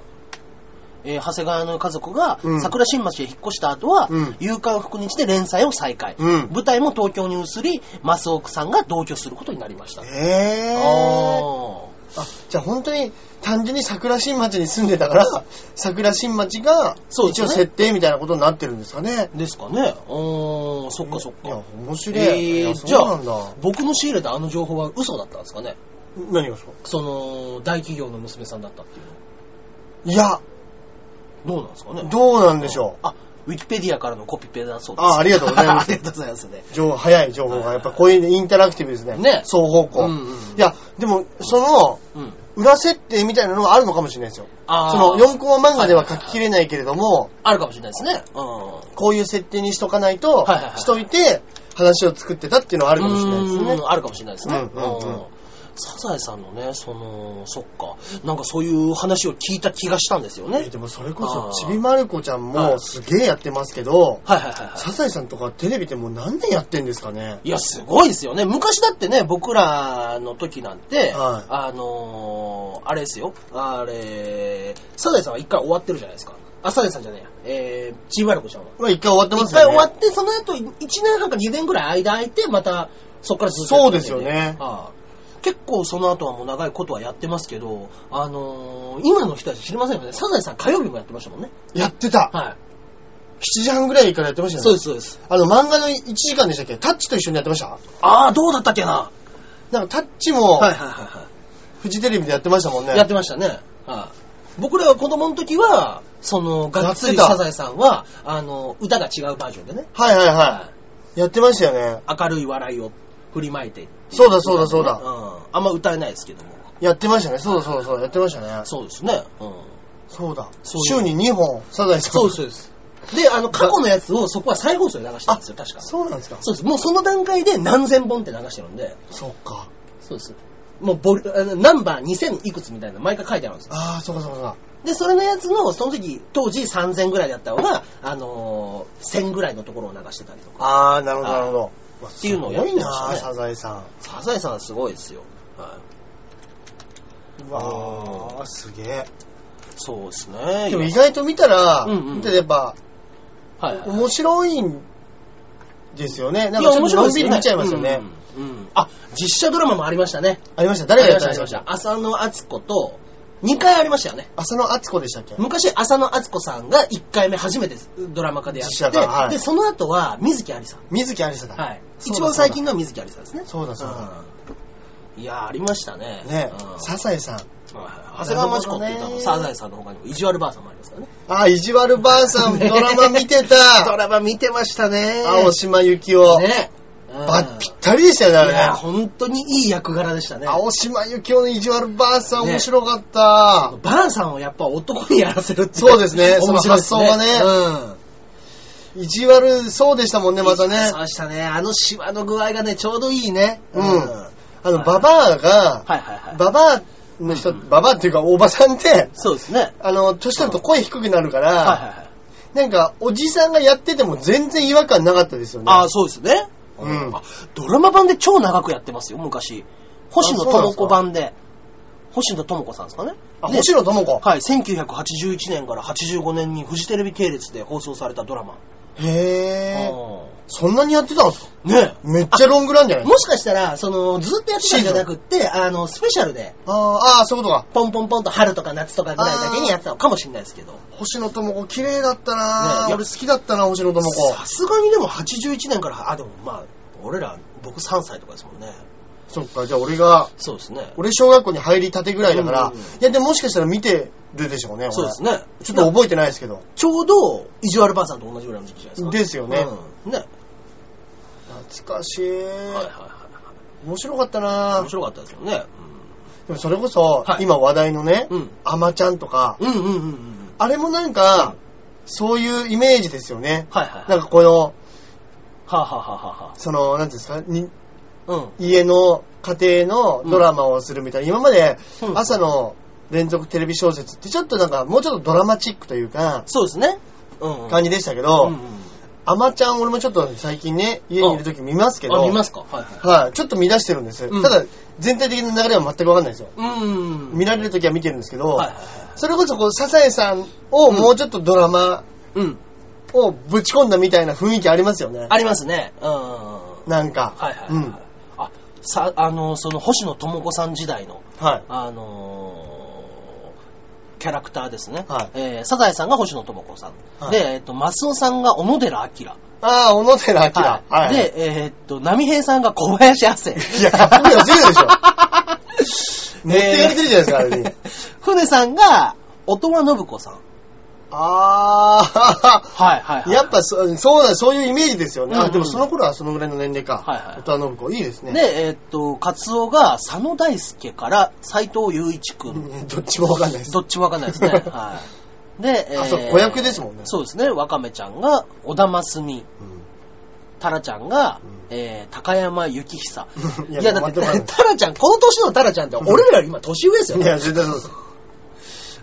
Speaker 1: えー長谷川の家族が
Speaker 2: うん
Speaker 1: 桜新町へ引っ越した後は、
Speaker 2: うん
Speaker 1: 夕刊福日で連載を再開。
Speaker 2: うん
Speaker 1: 舞台も東京に移り、マスオクさんが同居することになりました。
Speaker 2: へえ。
Speaker 1: あ
Speaker 2: あ、じゃあ本当に、単純に桜新町に住んで たから、桜新町が、
Speaker 1: そうです
Speaker 2: 一
Speaker 1: ね
Speaker 2: 応設定みたいなことになってるんですかね。
Speaker 1: ーですかね。うん、そっかそっ
Speaker 2: いや
Speaker 1: か。、
Speaker 2: 面白い。
Speaker 1: えー
Speaker 2: いや
Speaker 1: じゃ
Speaker 2: そうなん
Speaker 1: あ
Speaker 2: だ。、
Speaker 1: 僕の仕入れたあの情報は嘘だったんですかね
Speaker 2: 何がですか
Speaker 1: その、大企業の娘さんだったっていう
Speaker 2: いや、
Speaker 1: の。どうなんですかね
Speaker 2: どうなんでしょう。
Speaker 1: あ、ウィキペディアからのコピペだそうです。
Speaker 2: あありがとうございます
Speaker 1: ありがとうございますね。
Speaker 2: 情報早い情報が、やっぱこういうインタラクティブですね。
Speaker 1: ね
Speaker 2: 双方向。
Speaker 1: うんうん
Speaker 2: いや、でも、その、
Speaker 1: うん。
Speaker 2: 裏設定みたいなのがあるのかもしれないですよ。
Speaker 1: あー
Speaker 2: その、4コマ漫画では書ききれないけれども、
Speaker 1: あるかもしれないですね。うん。
Speaker 2: こういう設定にしとかないと
Speaker 1: はいはいは、い
Speaker 2: しといて、話を作ってたっていうのはあるかもしれないですね
Speaker 1: うー。んあるかもしれないですね。
Speaker 2: うんうんうん
Speaker 1: サザエさんのね、その、そっか。なんかそういう話を聞いた気がしたんですよね。
Speaker 2: えーでもそれこ
Speaker 1: あ
Speaker 2: そ
Speaker 1: ー、
Speaker 2: ちびまる子ちゃん
Speaker 1: は
Speaker 2: も
Speaker 1: い
Speaker 2: すげえやってますけど、
Speaker 1: はいはいはいはい。
Speaker 2: サザエさんとかテレビってもう何年やってんですかね
Speaker 1: いや、すごいですよね。昔だってね、僕らの時なんて、
Speaker 2: はい
Speaker 1: あのー、あれですよ。あれ、サザエさんは一回終わってるじゃないですか。あ、サザエさんじゃねえや。えー、チーバルコちゃんは。
Speaker 2: まあ一回終わってま
Speaker 1: 一
Speaker 2: すよ
Speaker 1: 回
Speaker 2: ね。
Speaker 1: 終わって、その後、1年半か2年ぐらい間空いて、また、そこからずっとやってるん
Speaker 2: そうですよね
Speaker 1: ああ結構その後はもう長いことはやってますけど、あのー、今の人たち知りませんよね。サザエさん火曜日もやってましたもんね。
Speaker 2: やってた。
Speaker 1: は
Speaker 2: 7時半ぐらいからやってまし
Speaker 1: い。
Speaker 2: たよね。
Speaker 1: そうです、そうです。
Speaker 2: あの、漫画の1時間でしたっけタッチと一緒にやってました
Speaker 1: ああ、どうだったっけな。
Speaker 2: なんかタッチも、
Speaker 1: はいはいはいはい。
Speaker 2: フジテレビでやってましたもんね。
Speaker 1: やってましたね。はい僕らが子供の時は、その、がっつり
Speaker 2: やって
Speaker 1: サ
Speaker 2: た
Speaker 1: ザエさんは、あの、歌が違うバージョンでね。
Speaker 2: はいはいはい。やってましたよね。
Speaker 1: 明るい笑いを振りまいてってい
Speaker 2: そうだそうだそうだ
Speaker 1: ん。あんま歌えないですけども。
Speaker 2: やってましたね。そうだそうだそうだ。やってましたね。
Speaker 1: そうですね。うん。
Speaker 2: そうだ。
Speaker 1: そう
Speaker 2: 週に2本、サザエさん。
Speaker 1: そうです、そうです。で、あの、過去のやつをそこは再放送で流してたんですよ、確か。
Speaker 2: そうなんですか。
Speaker 1: そうです。もうその段階で何千本って流してるんで、
Speaker 2: そっか。
Speaker 1: そうです。もうボリあのナンバー2000いくつみたいなの毎回書いてあるんですよ。
Speaker 2: ああ、そうかそうかそうか。
Speaker 1: で、それのやつの、その時、当時3000ぐらいだったのが、あのー1000ぐらいのところを流してたりとか。
Speaker 2: ああ、なるほどなるほど。
Speaker 1: っていうのをやってましたね
Speaker 2: すごいな、サザエさ
Speaker 1: サザエさんはすごいですよ。はい
Speaker 2: ん。うわあ、すげえ。
Speaker 1: そうですね。
Speaker 2: でも意外と見たら、
Speaker 1: うんうん
Speaker 2: 見たらやっぱ、
Speaker 1: はいはい
Speaker 2: 面白いんですよね。なん
Speaker 1: い
Speaker 2: か
Speaker 1: や
Speaker 2: ちょ
Speaker 1: 面
Speaker 2: っとの
Speaker 1: 白いで
Speaker 2: ん
Speaker 1: す
Speaker 2: びり見ちゃいますよね。。
Speaker 1: うんうんうんあ、実写ドラマもありましたね。
Speaker 2: ありました。誰がやって
Speaker 1: あ
Speaker 2: ま
Speaker 1: り
Speaker 2: し
Speaker 1: ましたあ
Speaker 2: た
Speaker 1: りました浅野敦子と、2回ありましたよね。
Speaker 2: 浅野敦子でしたっけ
Speaker 1: 昔、浅野敦子さんが1回目初めてドラマ化でやって、
Speaker 2: 実写化はい
Speaker 1: で、その後は水木有さん。
Speaker 2: 水木有沙だ。
Speaker 1: はい。
Speaker 2: そうだ
Speaker 1: 一番最近のは水木有さんですね。
Speaker 2: そうだそうだ。
Speaker 1: うんいやー、ありましたね。
Speaker 2: ね
Speaker 1: うん、
Speaker 2: サザエさん。
Speaker 1: 長谷川町子って言ったら、サザエさんの他にも、イジュアルばあさんもありますからね。
Speaker 2: あ、意地悪ばあさん、ドラマ見て
Speaker 1: ド
Speaker 2: た。
Speaker 1: ラマ見てましたね。
Speaker 2: 青島由紀夫。
Speaker 1: ね。うん
Speaker 2: ば、ぴったりでしたよね、
Speaker 1: い
Speaker 2: あ
Speaker 1: や、本当にいい役柄でしたね。
Speaker 2: れ。青島由紀夫の意地悪ばあさん、
Speaker 1: ね
Speaker 2: 面白かった。
Speaker 1: ばあさんをやっぱ男にやらせるってい
Speaker 2: そうですね
Speaker 1: 面白いです
Speaker 2: その発想
Speaker 1: うん。
Speaker 2: 意地悪そうでしたもんね、またね。
Speaker 1: そうでしたね。あのシワの具合がね、ちょうどいいね。
Speaker 2: うん
Speaker 1: は
Speaker 2: あの、ババアが、
Speaker 1: いはいはい。
Speaker 2: ババアの人、ババアっていうかおばさんって、
Speaker 1: そうですね。
Speaker 2: あの、年取ると声低くなるか
Speaker 1: はいは
Speaker 2: ら、
Speaker 1: いはい。
Speaker 2: なんか、おじさんがやってても全然違和感なかったですよね。
Speaker 1: ああ、そうですね。
Speaker 2: うん
Speaker 1: あドラマ版で超長くやってますよ、昔。星野智子版で。星野智子さんですかね。
Speaker 2: あ、
Speaker 1: で
Speaker 2: 星野智子。
Speaker 1: はい、1981年から85年にフジテレビ系列で放送されたドラマ。
Speaker 2: へー。
Speaker 1: あ
Speaker 2: そんなにやってたんですか
Speaker 1: ーねえ。
Speaker 2: めっちゃロングランじゃない
Speaker 1: もしかしたら、その、ずっとやってたんじゃなくって、あの、スペシャルで、
Speaker 2: あーあー、そういうことか。
Speaker 1: ポンポンポンと春とか夏とかぐらいだけにやってたのかもしれないですけど。
Speaker 2: 星野智子、綺麗だったな
Speaker 1: ね
Speaker 2: ぁ。俺好きだったな、星野智子。
Speaker 1: さすがにでも81年から、あ、でもまあ、俺ら、僕3歳とかですもんね。
Speaker 2: そっか、じゃあ俺が、
Speaker 1: そうですね。
Speaker 2: 俺小学校に入りたてぐらいだから、
Speaker 1: うんうんうん
Speaker 2: いや、でももしかしたら見てるでしょうね、俺
Speaker 1: そうですね。
Speaker 2: ちょっと覚えてないですけど。
Speaker 1: ちょうど、イジュアルばあさんと同じぐらいの時期じゃないですか。
Speaker 2: ですよね
Speaker 1: うんね。
Speaker 2: 懐かしい。
Speaker 1: はいはいは
Speaker 2: 面白かった
Speaker 1: い。
Speaker 2: な
Speaker 1: 面
Speaker 2: ぁ。
Speaker 1: 白かったですよね。
Speaker 2: でもそれこそ、
Speaker 1: はい
Speaker 2: 今話題のね、
Speaker 1: うん
Speaker 2: アマちゃんとか、
Speaker 1: うんうんうんうんうん。
Speaker 2: あれもなんか、そういうイメージですよね。
Speaker 1: はいはい。
Speaker 2: なんかこの、
Speaker 1: はあ、はあはあは
Speaker 2: その、なんていうんですか、に
Speaker 1: あ、うん。
Speaker 2: 家の家庭のドラマをするみたいな、今まで
Speaker 1: うん
Speaker 2: 朝の連続テレビ小説ってちょっとなんかもうちょっとドラマチックというか
Speaker 1: そうですね。うん、うん。
Speaker 2: 感じでしたけ
Speaker 1: う
Speaker 2: ど
Speaker 1: んうん、
Speaker 2: アマちゃん俺もちょっと最近ね家にいる時見ますけど
Speaker 1: あ、見ますかはいはい。
Speaker 2: はい、ちょっと見出してるんです、
Speaker 1: うん
Speaker 2: ただ全体的な流れは全くわかんないですよ
Speaker 1: うんうん。
Speaker 2: 見られる時は見てるんですけど、
Speaker 1: はいはいは
Speaker 2: それこそこうサザエさんをもうちょっとドラマ
Speaker 1: い。うん。
Speaker 2: をぶち込んだみたいな雰囲気ありますよね
Speaker 1: ありますね。うんうんうん。
Speaker 2: なんか
Speaker 1: はいはい。
Speaker 2: う
Speaker 1: はい
Speaker 2: ん
Speaker 1: あ、さ、あの、その星野智子さん時代の、
Speaker 2: はい
Speaker 1: あのーキャラクターですね。
Speaker 2: はい
Speaker 1: えーサザエさんが星野智子さん。
Speaker 2: はい
Speaker 1: で、えっ、と、マスオさんが小野寺明。
Speaker 2: ああ小野寺明、はい
Speaker 1: はい。で、えっ、と、波平さんが小林亜生。
Speaker 2: いや、かっこいいの出るでしょ。 持ってかれてるじゃないですか、あれに。
Speaker 1: 船さんが、音羽信子さん。
Speaker 2: あ
Speaker 1: はいはい
Speaker 2: ー、やっぱそそうだ、そういうイメージですよね。
Speaker 1: うんう
Speaker 2: あ、
Speaker 1: ん
Speaker 2: でもその頃はそのぐらいの年齢か。
Speaker 1: はいはい
Speaker 2: 音羽信子、いいですね。
Speaker 1: で、えーっと、カツオが佐野大輔から斎藤雄一くん。
Speaker 2: うんどっちもわかんないです。
Speaker 1: どっちもわかんな いですね。はい。で、え
Speaker 2: あそう子役ですもんね
Speaker 1: そうですね。ワカメちゃんが小田真澄、タラちゃんが、
Speaker 2: う
Speaker 1: えー高山幸久。
Speaker 2: うん
Speaker 1: い
Speaker 2: い
Speaker 1: や、
Speaker 2: や
Speaker 1: だって、
Speaker 2: 待って待って
Speaker 1: タラちゃん、この年のタラちゃんって、俺らより今年上ですよ
Speaker 2: い
Speaker 1: ね。
Speaker 2: や、絶対そうです。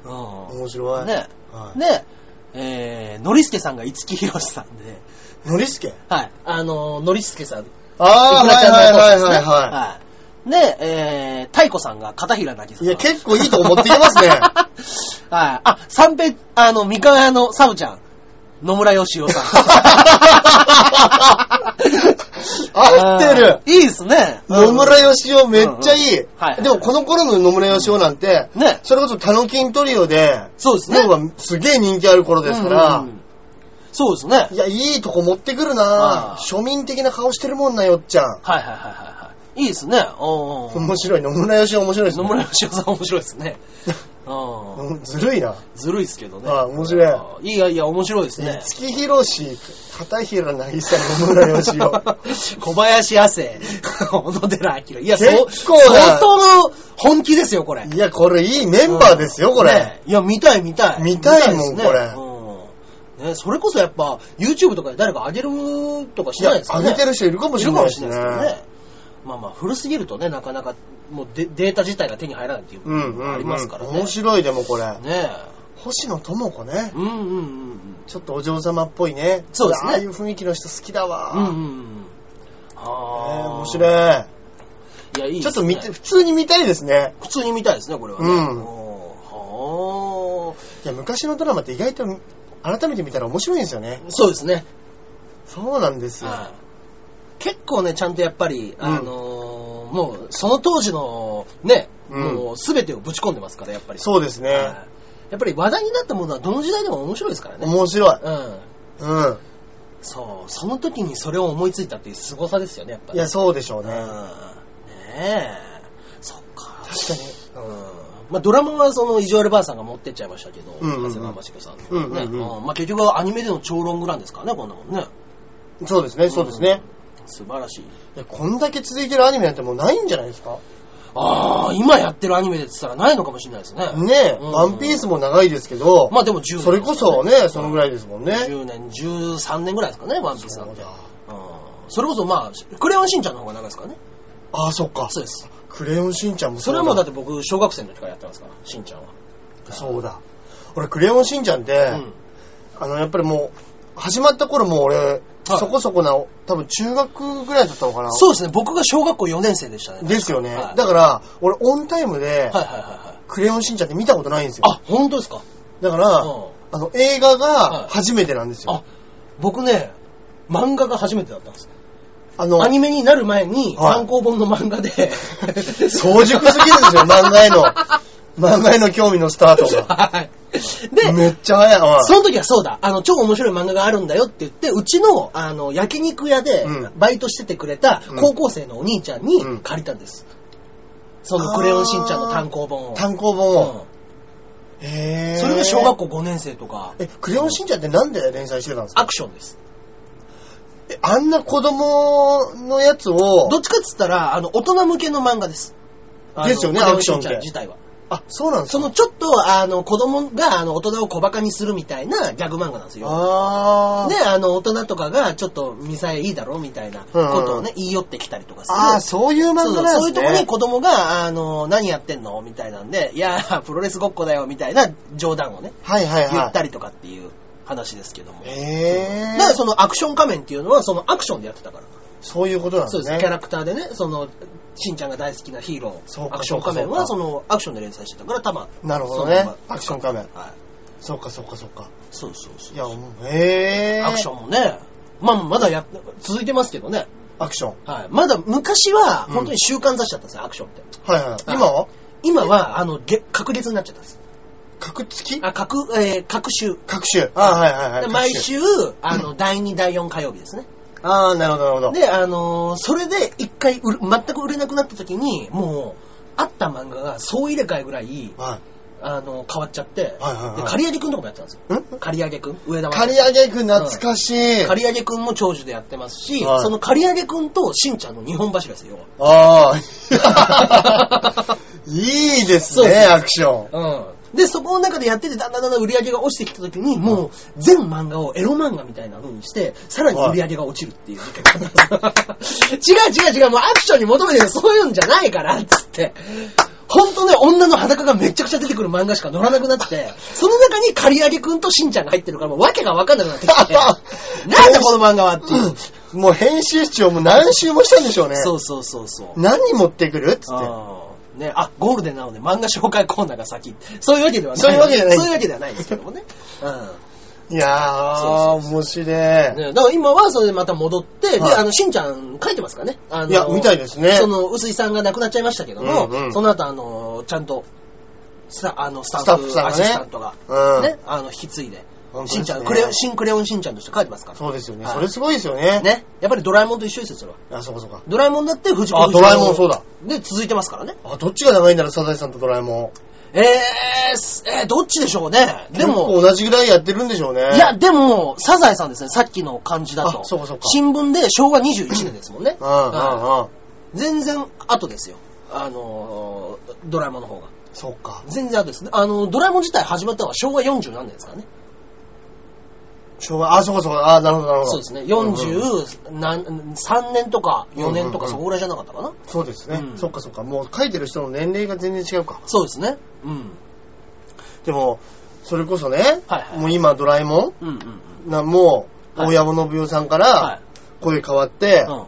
Speaker 1: うん。
Speaker 2: 面白い。
Speaker 1: ね。
Speaker 2: はい
Speaker 1: で、えー、ノリスケさんが五木ひろしさんで、
Speaker 2: ノリスケ
Speaker 1: はい。あの、ノリスケさん。
Speaker 2: あー、
Speaker 1: イクラ
Speaker 2: はい
Speaker 1: ちゃんの
Speaker 2: はい
Speaker 1: お父さ
Speaker 2: は
Speaker 1: んで
Speaker 2: い
Speaker 1: す
Speaker 2: はい
Speaker 1: ね
Speaker 2: は
Speaker 1: はい。で、えー、太子さんが片平なぎさ
Speaker 2: い。
Speaker 1: さ
Speaker 2: いや、
Speaker 1: ん。
Speaker 2: 結構いいとこ持ってきます ね。
Speaker 1: はい。あ、三平、あの、三河屋のサブちゃん。野村義雄さん。
Speaker 2: 合ってる
Speaker 1: あーいいですね。
Speaker 2: 野村義雄めっちゃいい。
Speaker 1: うんうんはい
Speaker 2: でもこの頃の野村義雄なんて、
Speaker 1: ね
Speaker 2: それこそタノキントリオで、
Speaker 1: そうですね。
Speaker 2: 要はすげえ人気ある頃ですから、
Speaker 1: うんうんうんそうですね。はい
Speaker 2: いや、いいとこ持ってくる
Speaker 1: ああ
Speaker 2: なぁ庶民的な顔してるもんな、よっちゃん。
Speaker 1: はいはいはいはい。いいですね。おー
Speaker 2: 面白い。野村義雄面白いです
Speaker 1: 野
Speaker 2: ね。
Speaker 1: 村義雄さん面白いです ね。うん
Speaker 2: うんずるいな。
Speaker 1: ずるいですけどね。
Speaker 2: あー面白
Speaker 1: い。いやいや、面白いですね。
Speaker 2: 五木ひろし、片平なぎさ、野村義雄。
Speaker 1: 小林亜生、小野寺明。いや、そう
Speaker 2: 結構な
Speaker 1: 相当の本気ですよ、これ。
Speaker 2: いや、これいいメンバーですよ、これ。
Speaker 1: ねいや、見たい見たい。
Speaker 2: 見たいもん
Speaker 1: 見ですねうんね、それこそやっぱ、YouTube とかで誰か上げるとかし
Speaker 2: い
Speaker 1: な
Speaker 2: や
Speaker 1: いですか
Speaker 2: 上
Speaker 1: ね。
Speaker 2: げてる人いるかもしれないですね。
Speaker 1: るかもしれないですけどね。まあまあ、古すぎるとね、なかなか、もうデデータ自体が手に入らないっていう
Speaker 2: う
Speaker 1: の
Speaker 2: んうん、うん。
Speaker 1: もありますからね。
Speaker 2: 面白い、でもこれ。
Speaker 1: ね
Speaker 2: 星野智子ね。
Speaker 1: うんうんうんうん。
Speaker 2: ちょっとお嬢様っぽいね。
Speaker 1: そうですね
Speaker 2: ああいう雰囲気の人好きだわ。
Speaker 1: うんう
Speaker 2: ね
Speaker 1: んうん。
Speaker 2: え
Speaker 1: ああ。
Speaker 2: 面白い。
Speaker 1: い。や、い
Speaker 2: ち
Speaker 1: いで
Speaker 2: ょっ
Speaker 1: す
Speaker 2: と
Speaker 1: ね
Speaker 2: 見て、普通に見たいですね。
Speaker 1: 普通に見たいですね、これはね。
Speaker 2: うん
Speaker 1: おーはい
Speaker 2: や、昔のドラマって意外と改めて見たら面白いんですよね。
Speaker 1: ーそうですね。
Speaker 2: そうなんですよ。
Speaker 1: はい結構ね、ちゃんとやっぱり、あのーもう、その当時の、ね、
Speaker 2: うん
Speaker 1: もう、すべてをぶち込んでますから、やっぱり。
Speaker 2: そうですね。
Speaker 1: はいやっぱり話題になったものはどの時代でも面白いですからね。
Speaker 2: 面白い。
Speaker 1: うん。
Speaker 2: うん。
Speaker 1: そう、その時にそれを思いついたっていう凄さですよね、やっ
Speaker 2: い
Speaker 1: ぱり。
Speaker 2: や、そうでしょう
Speaker 1: うん。
Speaker 2: ね。
Speaker 1: ねえ。そっか。
Speaker 2: 確かに。
Speaker 1: うんまあ、ドラマはその、イジュアルばあさんが持ってっちゃいましたけど、
Speaker 2: うんうんうん
Speaker 1: 長谷川真彦さんのね、
Speaker 2: うんうんうん
Speaker 1: まあ、結局はアニメでの超ロングランですからね、こんなもんね。
Speaker 2: そうですね、そうですね。
Speaker 1: うん。素晴らしい。
Speaker 2: いや、こんだけ続いてるアニメなんてもうないんじゃないですか
Speaker 1: ああ、今やってるアニメでって言ったらないのかもしれないですね。
Speaker 2: ねえ、
Speaker 1: うん
Speaker 2: ワンピースも長いですけど、
Speaker 1: まあでも10年、
Speaker 2: それこそね、そのぐ
Speaker 1: い。
Speaker 2: らいですもんね。
Speaker 1: 10年、13年ぐらいですかね、ワンピースな
Speaker 2: そ
Speaker 1: ん
Speaker 2: う
Speaker 1: て。
Speaker 2: だ
Speaker 1: うんそれこそまあ、クレヨンしんちゃんの方が長いですからね。
Speaker 2: ああ、そっか。
Speaker 1: そうです。
Speaker 2: クレヨンしんちゃんも
Speaker 1: それはもうだって僕、小学生の時からやってますから、しんちゃんは。
Speaker 2: そうだ。俺、クレヨンしんちゃんって、
Speaker 1: うん。
Speaker 2: あの、やっぱりもう、始まった頃もう俺、
Speaker 1: はい
Speaker 2: そこそこな、多分中学ぐらいだったのかな。
Speaker 1: そうですね、僕が小学校4年生でしたね。
Speaker 2: ですよね。
Speaker 1: はい
Speaker 2: だから、俺オンタイムで、
Speaker 1: はいはいはいはい。
Speaker 2: クレヨンしんちゃんって見たことないんですよ。
Speaker 1: あ、本当ですか
Speaker 2: だから、
Speaker 1: うん
Speaker 2: あの、映画
Speaker 1: は
Speaker 2: が
Speaker 1: い
Speaker 2: 初めてなんですよ。
Speaker 1: あ、僕ね、漫画が初めてだったんです。
Speaker 2: あの、
Speaker 1: アニメになる前に
Speaker 2: はい
Speaker 1: 単行本の漫 画で、
Speaker 2: 早熟すぎるんですよ、漫画へ の。漫画への興味のスタートが。
Speaker 1: はい。で、
Speaker 2: めっちゃ早いわ。
Speaker 1: その時はそうだ、あの、超面白い漫画があるんだよって言って、うちの、あの、焼肉屋で
Speaker 2: うん、
Speaker 1: バイトしててくれた
Speaker 2: うん
Speaker 1: 高校生のお兄ちゃんに
Speaker 2: うん
Speaker 1: 借りたんです。その、クレヨンしんちゃんの単行本を。
Speaker 2: 単行本を。へー
Speaker 1: うんそれが小学校5年生とか、
Speaker 2: え、クレヨンしんちゃんってなんで連載してたんですか
Speaker 1: アクションです。
Speaker 2: えあんな子供のやつを
Speaker 1: ど、っちかっつったら、あの、大人向けの漫画です。あの
Speaker 2: ですよね
Speaker 1: クレヨ
Speaker 2: アクションっ
Speaker 1: してんちゃん自体は。
Speaker 2: あ、そうなんです
Speaker 1: そ
Speaker 2: か
Speaker 1: の、ちょっと、あの、子供が、あの、大人を小馬鹿にするみたいなギャグ漫画なんですよ。
Speaker 2: あー。
Speaker 1: で、あの、大人とかが、ちょっと、ミサイいいだろみたいなことをね、言い寄ってきたりとかする。
Speaker 2: あー、そういう
Speaker 1: そう
Speaker 2: 漫
Speaker 1: そ
Speaker 2: 画
Speaker 1: う
Speaker 2: なん
Speaker 1: そうい
Speaker 2: です
Speaker 1: うとこに
Speaker 2: ね。
Speaker 1: 子供が、あの、何やってんのみたいなんで、いやー、プロレスごっこだよ、みたいな冗談をね、
Speaker 2: はいはい
Speaker 1: 言っ
Speaker 2: は
Speaker 1: たりとかっていう話ですけども。
Speaker 2: い。
Speaker 1: だ
Speaker 2: へ
Speaker 1: から
Speaker 2: ー。
Speaker 1: そのアクション仮面っていうのは、そのアクションでやってたから。
Speaker 2: そういうことなん
Speaker 1: そう
Speaker 2: で
Speaker 1: ですす。キャ
Speaker 2: ね。
Speaker 1: ラクターでね、その、しんちゃんが大好きなヒーロ
Speaker 2: そう
Speaker 1: ー、
Speaker 2: か
Speaker 1: アクション仮面は、その、アクションで連載してたから、たま。
Speaker 2: なるほどね
Speaker 1: その。ま
Speaker 2: アクション仮面。
Speaker 1: まはい。
Speaker 2: そうかそうかそうか。
Speaker 1: そうそうそう
Speaker 2: い。や、もうへー。
Speaker 1: アクションもね、まあ、まだやっ、続いてますけどね。
Speaker 2: アクション。
Speaker 1: はい。まだ、昔は、
Speaker 2: うん
Speaker 1: 本当に習慣雑誌だったんですよ、アクションって。
Speaker 2: はいはい。今は
Speaker 1: 今は、あの、げ確率になっちゃったんです。
Speaker 2: 格付き
Speaker 1: あ、各、えー、各週。
Speaker 2: 各週。あーはいはいはい各
Speaker 1: で
Speaker 2: 種。
Speaker 1: 毎週、あの、第2、第4火曜日ですね。
Speaker 2: あー、なるほどなるほど。
Speaker 1: で、あのーそれで一回売る、全く売れなくなった時に、もう、あった漫画が総入れ替えぐらい、
Speaker 2: はい。
Speaker 1: あの、変わっちゃって、
Speaker 2: はいはいはい
Speaker 1: で、刈り上げくんとかもやってたんですよ。
Speaker 2: ん
Speaker 1: 刈り上げくん上田
Speaker 2: 刈り上げくん懐かしい。
Speaker 1: 刈り上げくんも長寿でやってますし、
Speaker 2: はい
Speaker 1: その刈り上げくんとしんちゃんの日本柱ですよ。
Speaker 2: ああ。いいです
Speaker 1: そうで
Speaker 2: ね、
Speaker 1: す
Speaker 2: アクション。
Speaker 1: うん。で、そこの中でやってて、だんだんだんだん売り上げが落ちてきた時に、もう、全漫画をエロ漫画みたいな風にして、さらに売り上げが落ちるっていう。違う違う違う、もうアクションに求めてるそういうんじゃないから、つって。ほんとね、女の裸がめちゃくちゃ出てくる漫画しか載らなくなって、その中に刈り上げくんとしんちゃんが入ってるから、もう訳がわかんなくなってきて、なんだこの漫画はっていう。
Speaker 2: もう編集長も何周もしたんでしょうね。
Speaker 1: そうそうそうそう。
Speaker 2: 何持ってくるっつって。
Speaker 1: あーね、あ、ゴールデンなので漫画紹介コーナーが先。そういうわけではない。
Speaker 2: そういうわけじゃない
Speaker 1: そういうわけではないですけどもね。う
Speaker 2: いや
Speaker 1: そ
Speaker 2: ー、面白
Speaker 1: ん。
Speaker 2: い。
Speaker 1: ね、だから今はそれでまた戻って、
Speaker 2: はい
Speaker 1: で、あの、しんちゃん書いてますからね。あの
Speaker 2: いや、みたいですね。
Speaker 1: その、薄井さんが亡くなっちゃいましたけども、
Speaker 2: うんうん
Speaker 1: その後、あの、ちゃんと、スタあのスタ
Speaker 2: スタ
Speaker 1: ッ
Speaker 2: ッフ
Speaker 1: フ、
Speaker 2: さんが
Speaker 1: ア
Speaker 2: ね
Speaker 1: シスタントが、
Speaker 2: うん
Speaker 1: ね、あの、引き継いで、
Speaker 2: うん
Speaker 1: しんちゃん、
Speaker 2: そうですね
Speaker 1: クレヨン、新クレヨンしんちゃんとして書いてますから。
Speaker 2: そうですよね。
Speaker 1: はい
Speaker 2: それすごいですよね。
Speaker 1: ね。やっぱりドラえもんと一緒ですよ、それは。
Speaker 2: あ、そうかそうか。
Speaker 1: ドラえもんだって藤子
Speaker 2: あ
Speaker 1: 不二雄
Speaker 2: ドラえもんそうだ。
Speaker 1: で、続いてますからね。
Speaker 2: あ、どっちが長いんだろう、サザエさんとドラえも
Speaker 1: えーす、えーどっちでしょうね。
Speaker 2: ん。
Speaker 1: で
Speaker 2: 結構
Speaker 1: も、
Speaker 2: 同じぐらいやってるんでしょうね。
Speaker 1: いや、、でも、サザエさんですね、さっきの感じだと。
Speaker 2: あそうかそうか
Speaker 1: 新聞で昭和21年ですもんね。
Speaker 2: うんうん
Speaker 1: は
Speaker 2: うん。
Speaker 1: い全然後ですよ。あのー、ドラえもんの方が。
Speaker 2: そうか。
Speaker 1: 全然後ですね。あのー、ドラえもん自体始まったのは昭和40何年ですからね。
Speaker 2: 昭和、あ、そうかそうか。あ、なるほどなるほど。
Speaker 1: そうですね。
Speaker 2: うんうん
Speaker 1: 43年とか4年と
Speaker 2: うんうんう
Speaker 1: か
Speaker 2: ん
Speaker 1: そこぐらいじゃなかったかな。
Speaker 2: そうですね。
Speaker 1: うん
Speaker 2: そっかそっか。もう書いてる人の年齢が全然違うか。
Speaker 1: そうですね。うん。
Speaker 2: でも、それこそね、
Speaker 1: はいはい
Speaker 2: もう今ドラえも
Speaker 1: うんうんうん。
Speaker 2: んな、もう、
Speaker 1: はい
Speaker 2: 大山信夫さんか
Speaker 1: は
Speaker 2: ら
Speaker 1: い。
Speaker 2: 声変わって、
Speaker 1: う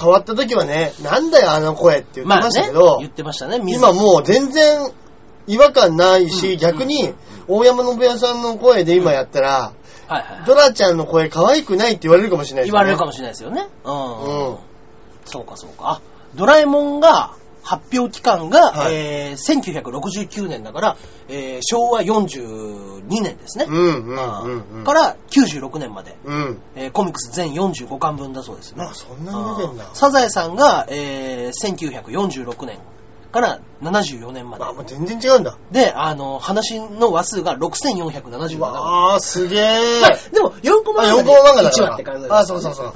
Speaker 2: 変わった時はね、なんだよあの声って言
Speaker 1: ん。
Speaker 2: って
Speaker 1: まあ
Speaker 2: ました
Speaker 1: ね
Speaker 2: けど、、
Speaker 1: 言ってましたね。水
Speaker 2: 今もう全然違和感ないし、
Speaker 1: うん
Speaker 2: 逆に、
Speaker 1: うん
Speaker 2: 大山信夫さんの声で今やったら、
Speaker 1: はいはいはい。
Speaker 2: ドラちゃんの声可愛くないって言われるかもしれないです
Speaker 1: 言
Speaker 2: よ
Speaker 1: わ
Speaker 2: ね、
Speaker 1: れるかもしれないですよね。うん。
Speaker 2: うん
Speaker 1: そうかそうか。あ、ドラえもんが、発表期間が、
Speaker 2: はい
Speaker 1: えー、1969年だから、えー、昭和42年ですね。
Speaker 2: うんうん
Speaker 1: あ
Speaker 2: うんう
Speaker 1: ー
Speaker 2: ん。
Speaker 1: から96年まで、
Speaker 2: うん。
Speaker 1: えーコミックス全45巻分だそうですね
Speaker 2: まあ、。そんなに出てんだ
Speaker 1: あー。サザエさんが、えー、1946年から74年まで。
Speaker 2: あ、もう全然違うんだ。
Speaker 1: で、あの、話の話数が6477
Speaker 2: う
Speaker 1: 話。
Speaker 2: わー、すげ
Speaker 1: まあ
Speaker 2: ー。
Speaker 1: でも、4コマ
Speaker 2: あ
Speaker 1: 漫
Speaker 2: 四コマ漫画だ
Speaker 1: 1
Speaker 2: から
Speaker 1: 話って感じ
Speaker 2: あそうそうそう
Speaker 1: はい。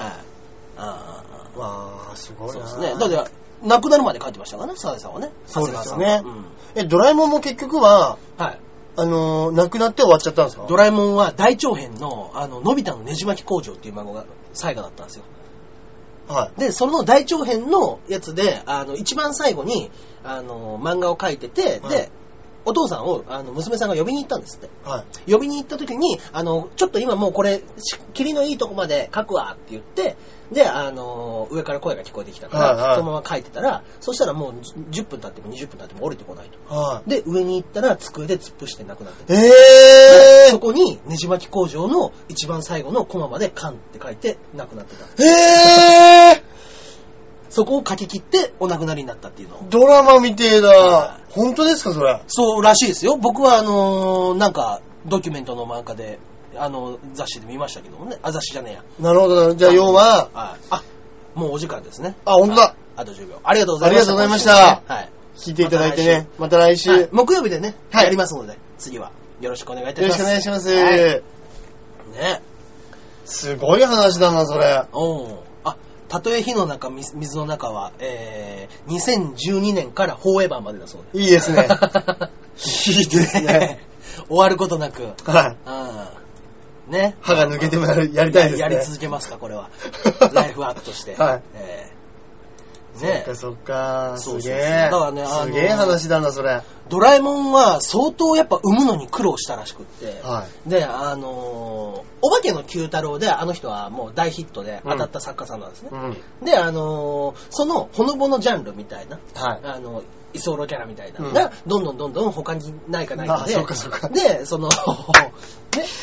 Speaker 1: あー
Speaker 2: わー、すごいな。
Speaker 1: そうですね。だって、亡くなるまで書いてましたからね、サザエさんはね。
Speaker 2: そうですよ
Speaker 1: 長
Speaker 2: ね
Speaker 1: 谷川さんは
Speaker 2: え、ドラえもんも結局は、
Speaker 1: うんはい。
Speaker 2: あのー、亡くなって終わっちゃったんですか
Speaker 1: ドラえもんは大長編の、あの、のび太のねじ巻き工場っていう漫画が最後だったんですよ。
Speaker 2: は
Speaker 1: で、その大長編のやつで、あの、一番最後に、あの、漫画を書いてて、
Speaker 2: はい
Speaker 1: で、お父さんを、あの、娘さんが呼びに行ったんですって。
Speaker 2: はい。
Speaker 1: 呼びに行った時に、あの、ちょっと今もうこれ、し霧のいいとこまで書くわって言って、で、あの、上から声が聞こえてきたから、
Speaker 2: はいはい
Speaker 1: そのまま書いてたら、そしたらもう10分経っても20分経っても降りてこないと。
Speaker 2: は
Speaker 1: で、上に行ったら机で突っ伏して亡くなってて
Speaker 2: い。え
Speaker 1: そ
Speaker 2: ー
Speaker 1: こに、ねじ巻き工場の一番最後のコマまで、カンって書いて亡くなってた。
Speaker 2: え
Speaker 1: そこを書き切ってお亡くなりになったっていうのを
Speaker 2: ードラマみてえだ。本当ですか、それ。
Speaker 1: そうらしいですよ。僕は、あのーなんか、ドキュメントの漫画で、あの、雑誌で見ましたけどもね。あ、雑誌じゃねえや。
Speaker 2: なるほど。じゃあ、要は、
Speaker 1: はい。あ、もうお時間ですね。
Speaker 2: あ、本当だ。
Speaker 1: あと10秒。ありがとうございま
Speaker 2: あ
Speaker 1: した。
Speaker 2: りがとうございました
Speaker 1: はい。
Speaker 2: 聞いていただいてね。また来週。
Speaker 1: はい木曜日でね、
Speaker 2: はい
Speaker 1: やりますので、次はよろしくお願いいた
Speaker 2: よ
Speaker 1: し
Speaker 2: ろし
Speaker 1: ます。
Speaker 2: くお願いします。
Speaker 1: はいね。
Speaker 2: すごい話だな、それ。
Speaker 1: おーあ、たとえ火の中、水水の中は、えー、2012年からフォーエバーまでだそうです。
Speaker 2: いいです ね。いいですね
Speaker 1: ね。終わることなく。うん。
Speaker 2: はい。
Speaker 1: ね。
Speaker 2: 歯が抜けてもやりやりたいですね。
Speaker 1: やり続けますか、こ れは。ライフワークとして。
Speaker 2: はい
Speaker 1: えー
Speaker 2: そっ
Speaker 1: ね
Speaker 2: かそっか。
Speaker 1: そ
Speaker 2: す
Speaker 1: う
Speaker 2: げ
Speaker 1: そうそう
Speaker 2: え
Speaker 1: だからね。あの
Speaker 2: すげえ話だな、それ。
Speaker 1: ドラえもんは相当やっぱ産むのに苦労したらしくって。
Speaker 2: は
Speaker 1: で、あのーお化けの九太郎で、あの人はもう大ヒットで当たった作家さんなんですね
Speaker 2: い。。うん。
Speaker 1: で、あのーそのほのぼのジャンルみたいな、
Speaker 2: はい。
Speaker 1: あの、居候キャラみたいな
Speaker 2: う
Speaker 1: の
Speaker 2: ん
Speaker 1: が、どんどんどんどん他にないかないかで、
Speaker 2: あそうかそうか
Speaker 1: で、その、ね、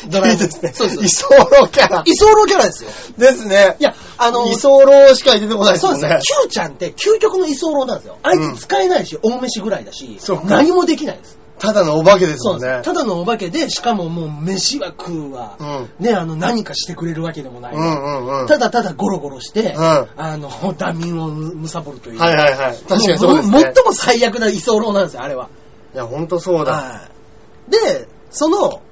Speaker 1: ドラ
Speaker 2: い
Speaker 1: え
Speaker 2: い
Speaker 1: もん。
Speaker 2: ですね。
Speaker 1: そうです。
Speaker 2: 居候キャラ。
Speaker 1: 居候キャラですよ。
Speaker 2: ですね。
Speaker 1: いや、あ
Speaker 2: あ
Speaker 1: の
Speaker 2: の、
Speaker 1: ー、
Speaker 2: 居候しか出てこないです
Speaker 1: そう
Speaker 2: も
Speaker 1: で
Speaker 2: ん
Speaker 1: すね
Speaker 2: ね。。
Speaker 1: Q ちゃんって究極の居候なんですよ。あいつ使えないし、大飯ぐらいだし
Speaker 2: そう、か
Speaker 1: 何もできないです。
Speaker 2: ただのお化けです
Speaker 1: そ
Speaker 2: も
Speaker 1: うんで
Speaker 2: ね
Speaker 1: す。。ただのお化けで、しかももう飯は食うわ
Speaker 2: う、ん。
Speaker 1: ね、あの、何かしてくれるわけでもない。
Speaker 2: うんうんうん。
Speaker 1: ただただゴロゴロして、
Speaker 2: うん
Speaker 1: あの、ダミンをむさぼるという。
Speaker 2: はいはいはい。確かにそうです
Speaker 1: もう
Speaker 2: ね。
Speaker 1: 最も最悪な居候なんですよ、あれは。
Speaker 2: いや、ほんとそうだ。
Speaker 1: はいで、その、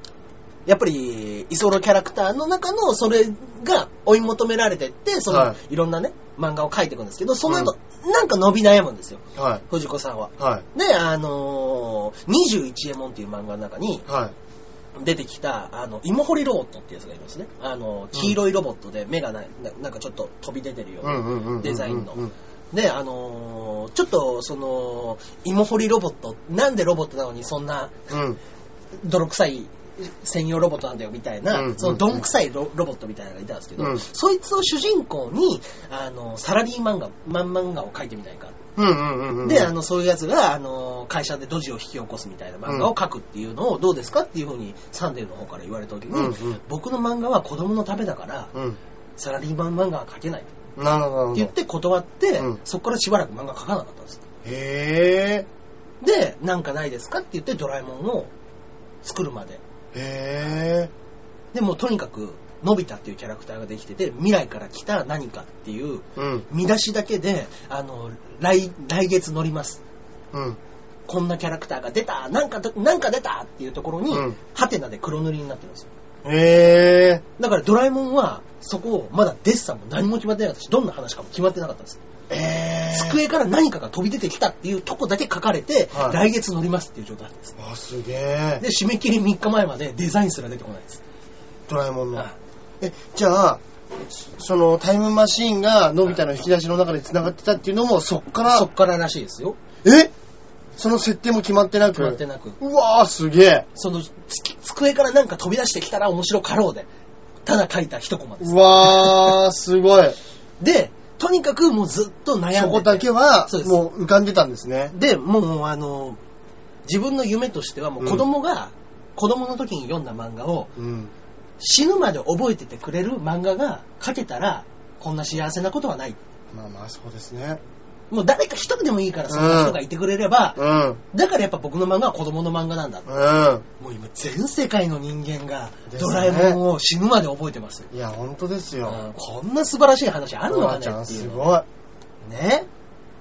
Speaker 1: やっぱり、居候キャラクターの中の、それが追い求められてって、その、、
Speaker 2: はい
Speaker 1: ろんなね、漫画を描いていくんですけど、その後、なんか伸び悩むんですよ、
Speaker 2: は
Speaker 1: 藤子さんは。
Speaker 2: い。はい。
Speaker 1: で、あのー、21エモンっていう漫画の中に
Speaker 2: はい。
Speaker 1: 出てきた、あの、芋掘りロボットってやつがいるんですね。あの、黄色いロボットで目がない、ななんかちょっと飛び出てるよう
Speaker 2: う
Speaker 1: な。
Speaker 2: んうんうんうんうん。
Speaker 1: デザインの
Speaker 2: うん
Speaker 1: で、あのーちょっと、その、芋掘りロボット、なんでロボットなのにそんな
Speaker 2: うん。
Speaker 1: 泥臭い専用ロボットなんだよみたいな、
Speaker 2: うんうんうん
Speaker 1: そのどんくさいロロボットみたいなのがいたんですけど、
Speaker 2: うん
Speaker 1: そいつを主人公にあのサラリーマンガマン漫画を描いてみないか、
Speaker 2: うんうんうんうん。
Speaker 1: であ、のそういうやつがあの会社でドジを引き起こすみたいな漫画を描くっていうのをどうですかっていうふうにサンデーの方から言われた時に、
Speaker 2: うんうん
Speaker 1: 僕の漫画は子供のためだから
Speaker 2: うん。
Speaker 1: サラリーマン漫画は描けないって
Speaker 2: なるほどなる
Speaker 1: 言っ
Speaker 2: ほど。
Speaker 1: て断って、
Speaker 2: うん
Speaker 1: そこからしばらく漫画描かなかったんです
Speaker 2: へ
Speaker 1: でなんかないですかって言ってドラえもんを作るまで
Speaker 2: え。へえ。
Speaker 1: でもとにかく、のび太っていうキャラクターができてて、未来から来た何かっていう、
Speaker 2: うん。
Speaker 1: 見出しだけで、あの、来、来月乗ります。
Speaker 2: うん。
Speaker 1: こんなキャラクターが出たなんか、なんか出たっていうところに
Speaker 2: うん、
Speaker 1: ハテナで黒塗りになってるんですよ。
Speaker 2: へえ。
Speaker 1: だからドラえもんは、そこをまだデッサンも何も決まってなかったし、どんな話かも決まってなかったんです。
Speaker 2: ええ。
Speaker 1: 机から何かが飛び出てきたっていうとこだけ書かれて、
Speaker 2: はい
Speaker 1: 来月乗りますっていう状態なんです。
Speaker 2: あ、すげえ。
Speaker 1: で、締め切り3日前までデザインすら出てこないです。
Speaker 2: ドラえもんの
Speaker 1: はい。
Speaker 2: え、じゃあ、そのタイムマシーンがのび太の引き出しの中で繋がってたっていうのもそっから、
Speaker 1: そっかららしいですよ。
Speaker 2: えその設定も決まってなく
Speaker 1: 決まってなく。
Speaker 2: うわーすげえ
Speaker 1: その、つき机からなんか飛び出してきたら面白かろうで、ただ書いた一コマです。
Speaker 2: うわーすごい
Speaker 1: で、とにかくもうずっと悩んでて
Speaker 2: そこだけは
Speaker 1: そうです
Speaker 2: もう浮かんでたんですね
Speaker 1: で、もうもうあの、自分の夢としてはもう子供が、子供の時に読んだ漫画を
Speaker 2: うん
Speaker 1: 死ぬまで覚えててくれる漫画が書けたら、こんな幸せなことはない。
Speaker 2: まあまあそうですね
Speaker 1: もう誰か一人でもいいからそんな人がいてくれれば、
Speaker 2: うんうん
Speaker 1: だからやっぱ僕の漫画は子供の漫画なんだ。もう今全世界の人間が
Speaker 2: です
Speaker 1: ド
Speaker 2: ね
Speaker 1: ラえもんを死ぬまで覚えてます。
Speaker 2: いや本当ですよ
Speaker 1: うんこんな素晴らしい話あるの
Speaker 2: ドラ
Speaker 1: か
Speaker 2: ちゃ
Speaker 1: ね
Speaker 2: ん
Speaker 1: ってい
Speaker 2: す
Speaker 1: う
Speaker 2: ごい
Speaker 1: ね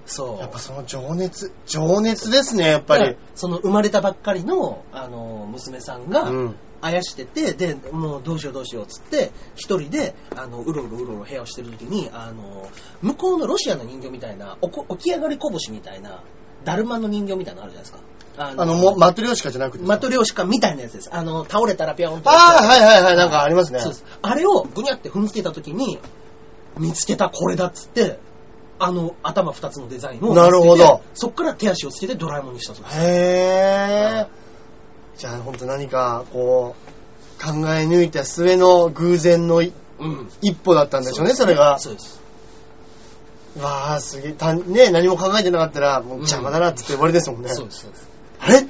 Speaker 1: そう
Speaker 2: やっぱその情熱情熱ですねやっぱ
Speaker 1: だ
Speaker 2: り
Speaker 1: からその生まれたばっかりのあの娘さんが
Speaker 2: うん
Speaker 1: あやしてて、でもうどうしようどうしようっつって一人であのうろうろうろうろ部屋をしてる時にあの向こうのロシアの人形みたいなおこ起き上がりこぼしみたいなだるまの人形みたいなのあるじゃないですかあ
Speaker 2: あのもうマトリョーシカじゃなくて
Speaker 1: マトリョーシカみたいなやつですあの倒れたらピョンと
Speaker 2: ああはいはいはいなんかありますね
Speaker 1: そうです。あれをぐにゃって踏みつけた時に、見つけたこれだっつって、あの頭二つのデザインを見つけて。
Speaker 2: なるほど
Speaker 1: そっから手足をつけてドラえもんにしたそうです。
Speaker 2: へえじゃあ本当何かこう考え抜いた末の偶然のい
Speaker 1: うん。
Speaker 2: 一歩だったんでしょうね、それが。
Speaker 1: そうです。
Speaker 2: わあ、すげえ、たね何も考えてなかったら、もう邪魔だなって言って終わりですもんね。
Speaker 1: そうです。そうです
Speaker 2: あれ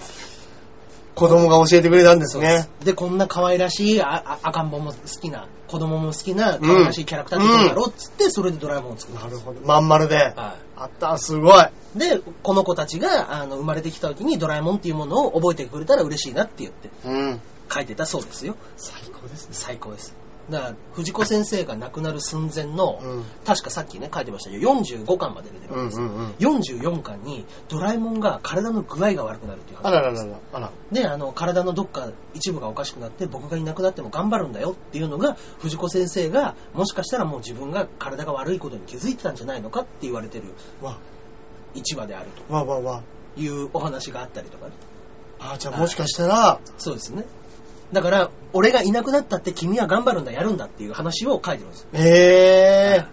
Speaker 2: 子供が教えてくれたんですね。
Speaker 1: で、こんな可愛らしい、ああ赤ん坊も好きな、子供も好きな、可愛らしいキャラクター出てくるだろうっつって、それでドラえもんを作る。
Speaker 2: なるほど。まん丸で。
Speaker 1: は
Speaker 2: あった、すごい。
Speaker 1: い。で、この子たちが、あの、生まれてきた時にドラえもんっていうものを覚えてくれたら嬉しいなって言って
Speaker 2: うん。
Speaker 1: 書いてたそうですよ。
Speaker 2: 最高ですね。
Speaker 1: 最高です。だから、藤子先生が亡くなる寸前の、
Speaker 2: うん。
Speaker 1: 確かさっきね、書いてましたけど、45巻まで出てる
Speaker 2: うんん
Speaker 1: です。
Speaker 2: うんうん。
Speaker 1: 44巻にドラえもんが体の具合が悪くなるっていう話
Speaker 2: あらららら、あら。
Speaker 1: であの体のどっか一部がおかしくなって僕がいなくなっても頑張るんだよっていうのが藤子先生がもしかしたらもう自分が体が悪いことに気づいてたんじゃないのかって言われてる
Speaker 2: わ、
Speaker 1: 一話であると
Speaker 2: わわわ。
Speaker 1: いうお話があったりとかね
Speaker 2: あ、じゃあもしかしたら、
Speaker 1: そうですねだから俺がいなくなったって君は頑張るんだやるんだっていう話を書いてるんです
Speaker 2: ええ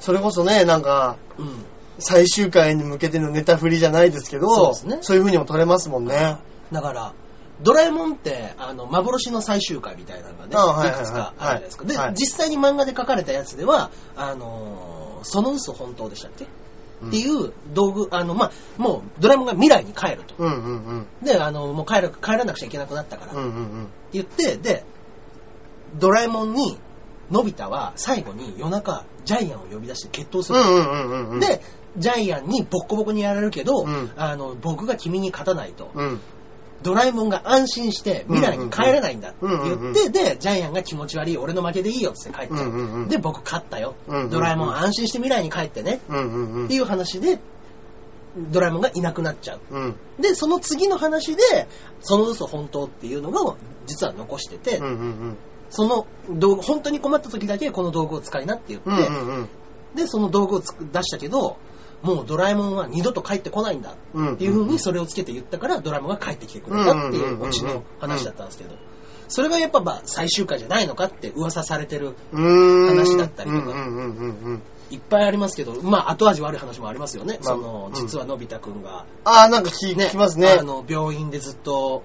Speaker 2: それこそね、なんか、
Speaker 1: うん
Speaker 2: 最終回に向けてのネタ振りじゃないですけど、
Speaker 1: そうですね
Speaker 2: そういう風にも取れますもんね。
Speaker 1: だからドラえもんってあの幻の最終回みたいなのがね、
Speaker 2: あはいはいは
Speaker 1: い
Speaker 2: い
Speaker 1: くつかあるじゃないですか、で、
Speaker 2: はい。
Speaker 1: 実際に漫画で書かれたやつではあのーその嘘本当でしたっけっていうう道具、あの、まあ、もうドラえもんが未来に帰ると。
Speaker 2: うんうんうん。
Speaker 1: で、あの、もう帰る帰らなくちゃいけなくなったから、
Speaker 2: う
Speaker 1: って
Speaker 2: んうんうん。
Speaker 1: 言って、で、ドラえもんに、のび太は最後に夜中、ジャイアンを呼び出して決闘す
Speaker 2: う
Speaker 1: る。
Speaker 2: んうんうんうんうん。、
Speaker 1: で、ジャイアンにボッコボコにやられるけど、
Speaker 2: うん
Speaker 1: あの、僕が君に勝たないと、
Speaker 2: うん。
Speaker 1: ドラえもんが安心して未来に帰れないんだって言って、
Speaker 2: うんうんうん
Speaker 1: で、ジャイアンが気持ち悪い、俺の負けでいいよって帰っちゃ
Speaker 2: う
Speaker 1: う。
Speaker 2: んうんうん
Speaker 1: で、僕勝ったよ、
Speaker 2: うんうんうん
Speaker 1: ドラえもん安心して未来に帰ってね、
Speaker 2: うんうんうん
Speaker 1: って。いう話で、ドラえもんがいなくなっちゃう。
Speaker 2: うん。
Speaker 1: で、その次の話で、その嘘本当っていうのが実は残してて、
Speaker 2: うんうん
Speaker 1: その道具、本当に困った時だけこの道具を使いなって言って、
Speaker 2: うん。うんうんうん。
Speaker 1: で、その道具をつく出したけど、もうドラえもんは二度と帰ってこないんだ
Speaker 2: うん
Speaker 1: っていう風にそれをつけて言ったからドラえもんが帰ってきてくれたっていうオチの話だったんですけど、それがやっぱまあ最終回じゃないのかって噂されてる、話
Speaker 2: 話
Speaker 1: だったりとか
Speaker 2: うんうんうんうんうん。
Speaker 1: いっぱいありますけど、まあ後味悪い話もありますよね。
Speaker 2: まあ
Speaker 1: その
Speaker 2: う、ん
Speaker 1: 実はのび太くんが、
Speaker 2: ああ、なんか聞きますね
Speaker 1: あ。の、病院でずっと、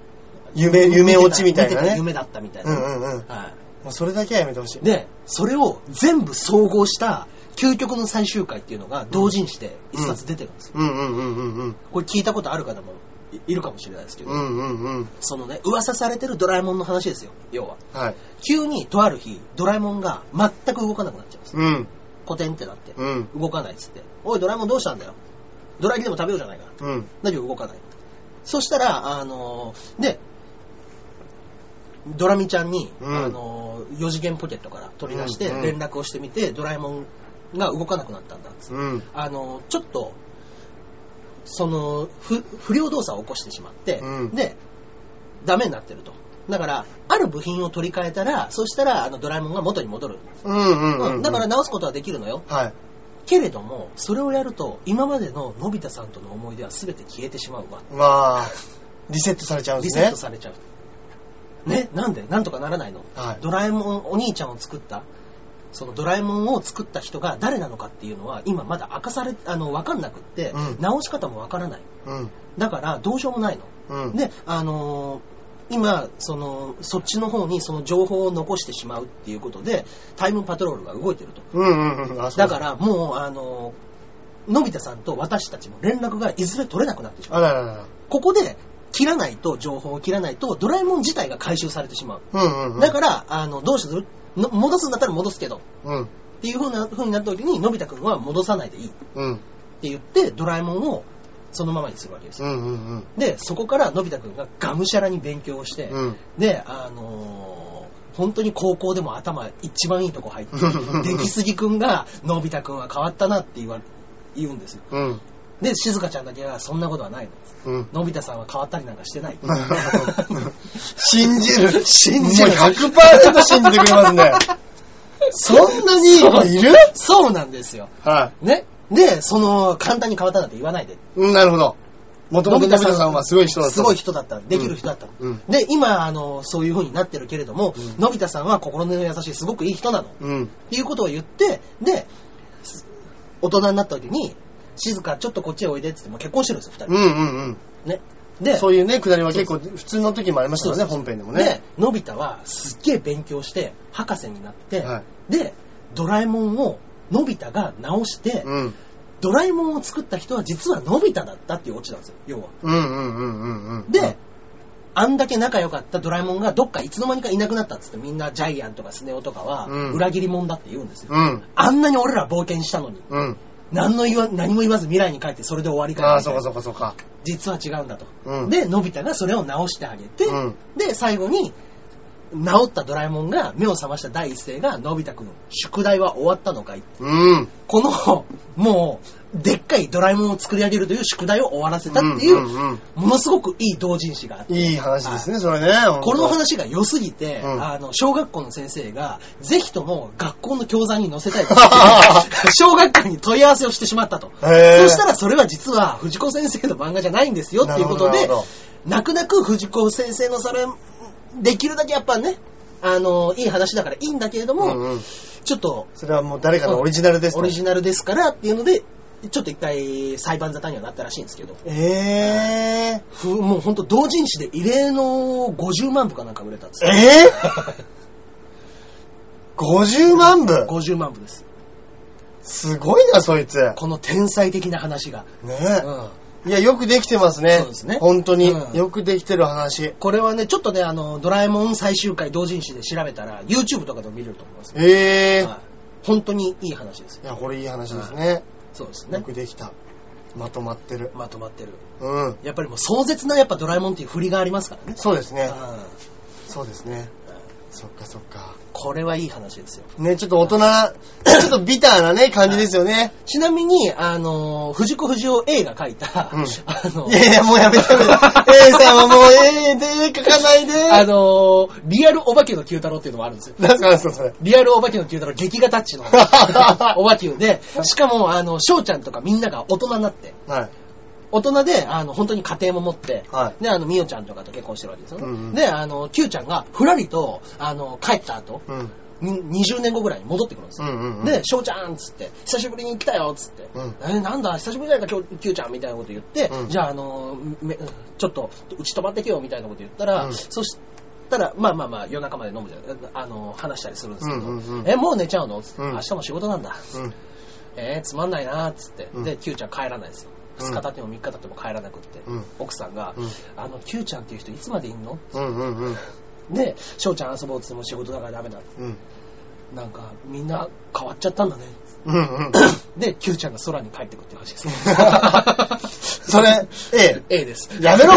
Speaker 2: 夢、夢落ちみたいな
Speaker 1: 見て
Speaker 2: ね。
Speaker 1: 夢だったみたいうな。
Speaker 2: んうんうん。
Speaker 1: は
Speaker 2: もうそれだけはやめてほしい
Speaker 1: い。。で、それを全部総合した究極の最終回っていうのが同人誌で一冊出てるんですよ。
Speaker 2: うんうんうんうんうん。
Speaker 1: これ聞いたことある方もいいるかもしれないですけど、
Speaker 2: うんうんうん。
Speaker 1: そのね、噂されてるドラえもんの話ですよ、要は。
Speaker 2: はい。
Speaker 1: 急にとある日、ドラえもんが全く動かなくなっちゃうんです。
Speaker 2: うん。
Speaker 1: コテンってなって、
Speaker 2: うん。
Speaker 1: 動かないっつって。おい、ドラえもんどうしたんだよ。ドラえきでも食べようじゃないか。
Speaker 2: うん。
Speaker 1: だけど動かない。そしたら、あのーで、ドラミちゃんに、
Speaker 2: うん
Speaker 1: あのー、4次元ポケットから取り出して
Speaker 2: うんうん
Speaker 1: 連絡をしてみて、ドラえもんが動かなくなったんだっつって
Speaker 2: うん。
Speaker 1: あのーちょっと、その不、不良動作を起こしてしまって、
Speaker 2: うん
Speaker 1: で、ダメになってると。だから、ある部品を取り替えたら、そしたら、あの、ドラえもんが元に戻る。
Speaker 2: うんうんうんう
Speaker 1: うん
Speaker 2: ん。
Speaker 1: だから、直すことはできるのよ。
Speaker 2: はい。
Speaker 1: けれども、それをやると、今までののび太さんとの思い出は全て消えてしまうわ。
Speaker 2: まあ、リセットされちゃうんで
Speaker 1: リ
Speaker 2: す
Speaker 1: セッ
Speaker 2: ね
Speaker 1: ト。されちゃう。ね、なんでなんとかならないの、
Speaker 2: はい
Speaker 1: ドラえもん、お兄ちゃんを作った、そのドラえもんを作った人が誰なのかっていうのは、今まだ明かされ、あの、わかんなくって、
Speaker 2: うん
Speaker 1: 直し方もわからない。
Speaker 2: うん。
Speaker 1: だから、どうしようもないの。
Speaker 2: うん。
Speaker 1: で、あのー今、その、そっちの方にその情報を残してしまうっていうことで、タイムパトロールが動いてると。
Speaker 2: うんうんうん。あそう
Speaker 1: だから、もう、あのーのび太さんと私たちも連絡がいずれ取れなくなってしま
Speaker 2: あ
Speaker 1: う。
Speaker 2: らららら。
Speaker 1: ここで切らないと、情報を切らないと、ドラえもん自体が回収されてしまう。
Speaker 2: うんうんうん。
Speaker 1: だから、あの、どうするの戻すんだったら戻すけど、
Speaker 2: うん。
Speaker 1: っていう風な風になった時に、のび太くんは戻さないでいいって
Speaker 2: うん。
Speaker 1: 言って、ドラえもんをそのままにするわけです
Speaker 2: う
Speaker 1: よ。
Speaker 2: んうんうん。
Speaker 1: で、そこからのび太くんががむしゃらに勉強をして、
Speaker 2: うん。、
Speaker 1: で、あのー本当に高校でも頭一番いいとこ入って 出来すぎくんが、のび太くんは変わったなって言わ言うんですよ。
Speaker 2: うん。
Speaker 1: で、静香ちゃんだけは、そんなことはない
Speaker 2: うん。
Speaker 1: の。のび太さんは変わったりなんかして ない。
Speaker 2: 信じる。
Speaker 1: 信じる
Speaker 2: もう100%信じてくれますね。そんなにいい子いる
Speaker 1: そうなんですよ。
Speaker 2: は
Speaker 1: ね。で、その、簡単に変わったなんて言わないで。
Speaker 2: い。うん、なるほど。もともとのび太さんはすごい人だった。
Speaker 1: すごい。人だった。できる人だったの。
Speaker 2: うん。
Speaker 1: で、今、あの、そういう風になってるけれども、
Speaker 2: うん
Speaker 1: のび太さんは心の優しい、すごくいい人なの。っ
Speaker 2: うん。
Speaker 1: ていうことを言って、で、す大人になった時に、静か、ちょっとこっちへおいでって言って、もう結婚してるんですよ、二
Speaker 2: うんうんうん。
Speaker 1: 人。ね。で
Speaker 2: そういうね、くだりは結構普通の時もありましたからね、本編でもね。
Speaker 1: で、のび太はすっげえ勉強して、博士になって、
Speaker 2: は
Speaker 1: で、ドラえもんを、のび太が直して、
Speaker 2: うん。
Speaker 1: ドラえもんを作った人は実はのび太だったっていうオチなんですよ、要は。
Speaker 2: うんうんうんうんうん。
Speaker 1: で、あんだけ仲良かったドラえもんがどっかいつの間にかいなくなったっつってみんなジャイアンとかスネ夫とかは
Speaker 2: うん
Speaker 1: 裏切り者だって言うんですよ。
Speaker 2: うん。
Speaker 1: あんなに俺ら冒険したのに、
Speaker 2: うん。
Speaker 1: 何の言わ何も言わず未来に帰ってそれで終わりか
Speaker 2: あ
Speaker 1: な
Speaker 2: あ、
Speaker 1: みた
Speaker 2: そ
Speaker 1: いうな
Speaker 2: かそうかそうか。
Speaker 1: 実は違うんだと。
Speaker 2: うん。、
Speaker 1: で、のび太がそれを直してあげて、
Speaker 2: うん
Speaker 1: で、最後に、治ったドラえもんが目を覚ました第一声が、のび太くん、宿題は終わったのかい
Speaker 2: うん。
Speaker 1: この、もう、でっかいドラえもんを作り上げるという宿題を終わらせたっていう、
Speaker 2: うんうんうん
Speaker 1: ものすごくいい同人誌があって、
Speaker 2: いい話ですね、それね。ほんと
Speaker 1: この。話が良すぎて、
Speaker 2: うん
Speaker 1: あの、小学校の先生が、ぜひとも学校の教材に載せた いと言って、小学校に問い合わせをしてしまったと。
Speaker 2: へー
Speaker 1: そしたらそれは実は藤子先生の漫画じゃないんですよっていうこと
Speaker 2: なる
Speaker 1: で
Speaker 2: ほどなるほど、
Speaker 1: 泣く泣く藤子先生のそれ、できるだけやっぱね、あの、いい話だからいいんだけれども、
Speaker 2: うんうん。
Speaker 1: ちょっと、
Speaker 2: それはもう誰かのオリジナルですと
Speaker 1: オリジナルですからっていうので、ちょっと一回裁判沙汰にはなったらしいんですけど、
Speaker 2: え
Speaker 1: ふもうほんと同人誌で異例の50万部かなんか売れたんです
Speaker 2: ー、
Speaker 1: よ。
Speaker 2: えー、?50 万部
Speaker 1: 50万部です。
Speaker 2: すごいな、そいつ。ね
Speaker 1: この天才的な話が。うん
Speaker 2: いや、よくできてますね。
Speaker 1: そうですね
Speaker 2: 本当に、
Speaker 1: うん
Speaker 2: よくできてる話。
Speaker 1: これはね、ちょっとね、あの、ドラえもん最終回同人誌で調べたら、YouTube とかでも見れると思います。
Speaker 2: ええー
Speaker 1: はい本当にいい話ですよ。
Speaker 2: いや、これいい話ですね。
Speaker 1: そうです
Speaker 2: よ
Speaker 1: ね。
Speaker 2: くできた。まとまってる。
Speaker 1: まとまってる。
Speaker 2: うん。
Speaker 1: やっぱりもう壮絶なやっぱドラえもんっていう振りがありますからね。
Speaker 2: そうですね。
Speaker 1: うん
Speaker 2: そうですね。そっかそっか。
Speaker 1: これはいい話ですよ。
Speaker 2: ね、ちょっと大人 な、ちょっとビターなね、感じですよね。
Speaker 1: ちなみに、あの、藤子不二雄 A が書いた、
Speaker 2: うん
Speaker 1: あの
Speaker 2: い、やいや、もうやめてやめて。A さんはもう、ええで、書かないで。
Speaker 1: あの、リアルお化けの九太郎っていうのもあるんですよ。
Speaker 2: 何すか何すかそれ。
Speaker 1: リアルお化けの九太郎、劇画タ ッチのお化けで、しかも、あの、翔ちゃんとかみんなが大人になって、
Speaker 2: はい。
Speaker 1: 大人で、あの、本当に家庭も持って、
Speaker 2: はい
Speaker 1: で、あの、みおちゃんとかと結婚してるわけですよね。
Speaker 2: うんうん
Speaker 1: で、あの、きゅうちゃんが、ふらりと、あの、帰った後、
Speaker 2: うん。
Speaker 1: に20年後ぐらいに戻ってくるんです
Speaker 2: う
Speaker 1: よ。
Speaker 2: んうんうん。
Speaker 1: で、しょうちゃんっつって、久しぶりに来たよっつって、
Speaker 2: うん
Speaker 1: えーなんだ、久しぶりじゃないか、きょうきゅうちゃんみたいなこと言って、
Speaker 2: うん
Speaker 1: じゃあ、あの、めちょっと、うち泊まってけよみたいなこと言ったら、
Speaker 2: うん
Speaker 1: そしたら、まあまあまあ、夜中まで飲むじゃん、あの、話したりするんですけど、
Speaker 2: うんうんうん
Speaker 1: え、もう寝ちゃうのつって、
Speaker 2: うん
Speaker 1: 明日も仕事なんだ。
Speaker 2: うん。
Speaker 1: えー、つまんないなーっつって、
Speaker 2: うん
Speaker 1: で、キューちゃん帰らないですよ。
Speaker 2: うん
Speaker 1: 2日経っても3日経っても帰らなくって、
Speaker 2: うん
Speaker 1: 奥さんが、
Speaker 2: うん
Speaker 1: あの、キューちゃんっていう人いつまでいんの
Speaker 2: うんうんうん。
Speaker 1: で、翔ちゃん遊ぼうっつっても仕事だからダメだ。
Speaker 2: うん。
Speaker 1: なんか、みんな変わっちゃったんだね。
Speaker 2: うんうん。
Speaker 1: で、キューちゃんが空に帰ってくっていう話です。
Speaker 2: それ、A。
Speaker 1: A です。
Speaker 2: やめろ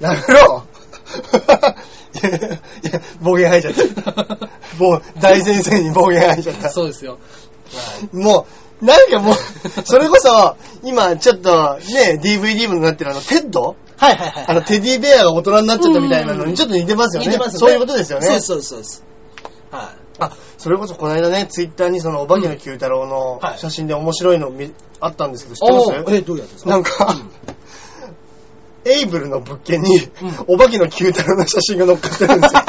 Speaker 2: やめろ いやいや暴言吐いちゃった。もう、大先生に暴言吐いちゃった。
Speaker 1: そうですよ。
Speaker 2: もう、なんかもう、それこそ、今ちょっとね、DVD もなってるあの、テッド
Speaker 1: はいはいはい。
Speaker 2: あの、テディベアが大人になっちゃったみたいなの
Speaker 1: うん
Speaker 2: にちょっと似てますよね。
Speaker 1: 似てますよね
Speaker 2: そういうことですよね。
Speaker 1: そうですそうですそうです。は
Speaker 2: あ、それこそこの間ね、ツイッターにその、お化けの九太郎の
Speaker 1: はい
Speaker 2: 写真で面白いの見あったんですけど、知っ
Speaker 1: い。
Speaker 2: てます
Speaker 1: え、どういうやつですか
Speaker 2: なんか、エイブルの物件に、お化けの九太郎の写真が載っかってるんです よ。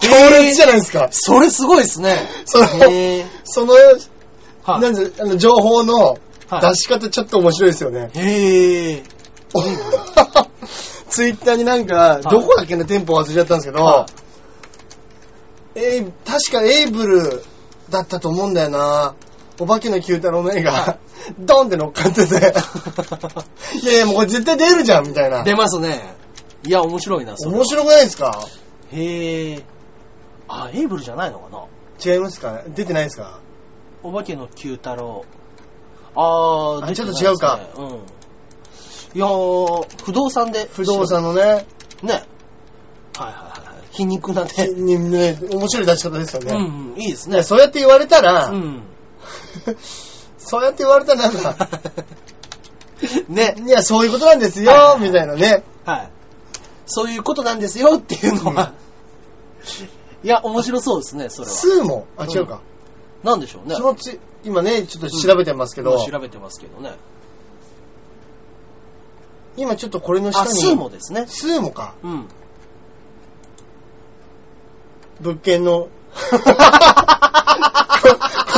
Speaker 2: 強烈じゃないですか。
Speaker 1: それすごいですね。
Speaker 2: その
Speaker 1: へー、
Speaker 2: その、
Speaker 1: はい
Speaker 2: なんであの情報の
Speaker 1: はい
Speaker 2: 出し方ちょっと面白いですよね。
Speaker 1: へ え。
Speaker 2: ツイッターになんか、どこだっけな店舗忘れちゃったんですけど
Speaker 1: は、
Speaker 2: えい確かエイブルだったと思うんだよな。お化けの九太郎の絵
Speaker 1: は
Speaker 2: が、 ドンって乗っかってて、いやいや、もうこれ絶対出るじゃん、みたいな。
Speaker 1: 出ますね。いや、面白いな、それは
Speaker 2: 面白くないですか
Speaker 1: へえ。あ、エイブルじゃないのかな
Speaker 2: 違いますか出てないですか
Speaker 1: お化けの九太郎。あー、
Speaker 2: あ
Speaker 1: 出てない
Speaker 2: ちょっと
Speaker 1: ですね。うん。いやー、不動産で。
Speaker 2: 不動産のね、
Speaker 1: ね。はいはいはいはい。皮肉なね。
Speaker 2: にね、面白い出し方ですよ
Speaker 1: う
Speaker 2: ね。
Speaker 1: んうん、いいです
Speaker 2: ね
Speaker 1: ね。
Speaker 2: そうやって言われたら、
Speaker 1: うん。
Speaker 2: そうやって言われたらなんか、
Speaker 1: ね。
Speaker 2: いや、そういうことなんですよ
Speaker 1: は、い
Speaker 2: みたいなね。
Speaker 1: はい。そういうことなんですよっていうのは。いや、面白そうですね、それは。
Speaker 2: スーも、あ、違うか。
Speaker 1: なんでしょうね。
Speaker 2: そのつ今ね、ちょっと調べてますけど、
Speaker 1: 今調べてますけどね。
Speaker 2: 今ちょっとこれの下
Speaker 1: あ、
Speaker 2: に、
Speaker 1: スーモですね。
Speaker 2: スーモか。
Speaker 1: うん。
Speaker 2: 物件 の。こ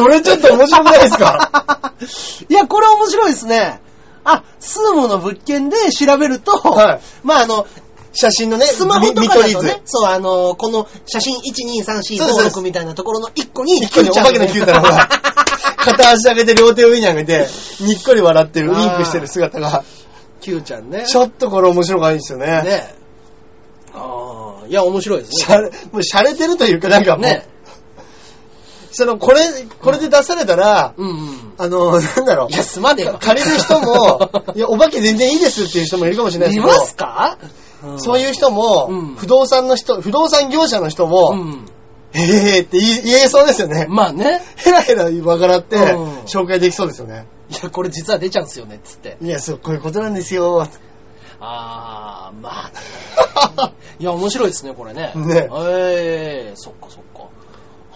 Speaker 2: これちょっと面白くないですか
Speaker 1: いや、これ面白いですね。あ、スーモの物件で調べると、
Speaker 2: はい
Speaker 1: まああの、
Speaker 2: 写真のね、
Speaker 1: スマホと
Speaker 2: み見
Speaker 1: かだ
Speaker 2: 取り
Speaker 1: と
Speaker 2: 図。
Speaker 1: ね、そう、あの、この写真
Speaker 2: そうですそうです
Speaker 1: 12345みたいなところの1個に、
Speaker 2: 一個にお化けの Q 太郎 が、片足上げて両手を上に上げて、にっこり笑ってる、ウ
Speaker 1: あー
Speaker 2: ィンクしてる姿が、
Speaker 1: Q ちゃんね。
Speaker 2: ちょっとこれ面白くないんですよね。
Speaker 1: ね。ああ、いや、面白いです
Speaker 2: し
Speaker 1: ね。
Speaker 2: ゃれ、もうしゃれてるというか、なんかもう、
Speaker 1: ね。
Speaker 2: その、これ、これで出されたら、
Speaker 1: うんうん。
Speaker 2: あの、なんだろう
Speaker 1: い。や、すまねえわ。
Speaker 2: 借りる人も、いや、お化け全然いいですっていう人もいるかもしれないです
Speaker 1: い
Speaker 2: け
Speaker 1: ます
Speaker 2: ど、
Speaker 1: か、
Speaker 2: そう
Speaker 1: う
Speaker 2: いう人も、
Speaker 1: うん
Speaker 2: 不動産の人、不動産業者の人
Speaker 1: ん、
Speaker 2: も、ええーって言い言えそうですよね
Speaker 1: うん。。まあね。
Speaker 2: ヘラヘラ笑って
Speaker 1: うん、
Speaker 2: 紹介できそうですよね。
Speaker 1: いや、これ実は出ちゃうんすよね、つって。
Speaker 2: いや、そう、こういうことなんですよ。
Speaker 1: ああ、ま あね。いや、面白いですね、これね。
Speaker 2: ね
Speaker 1: ええそっかそっか。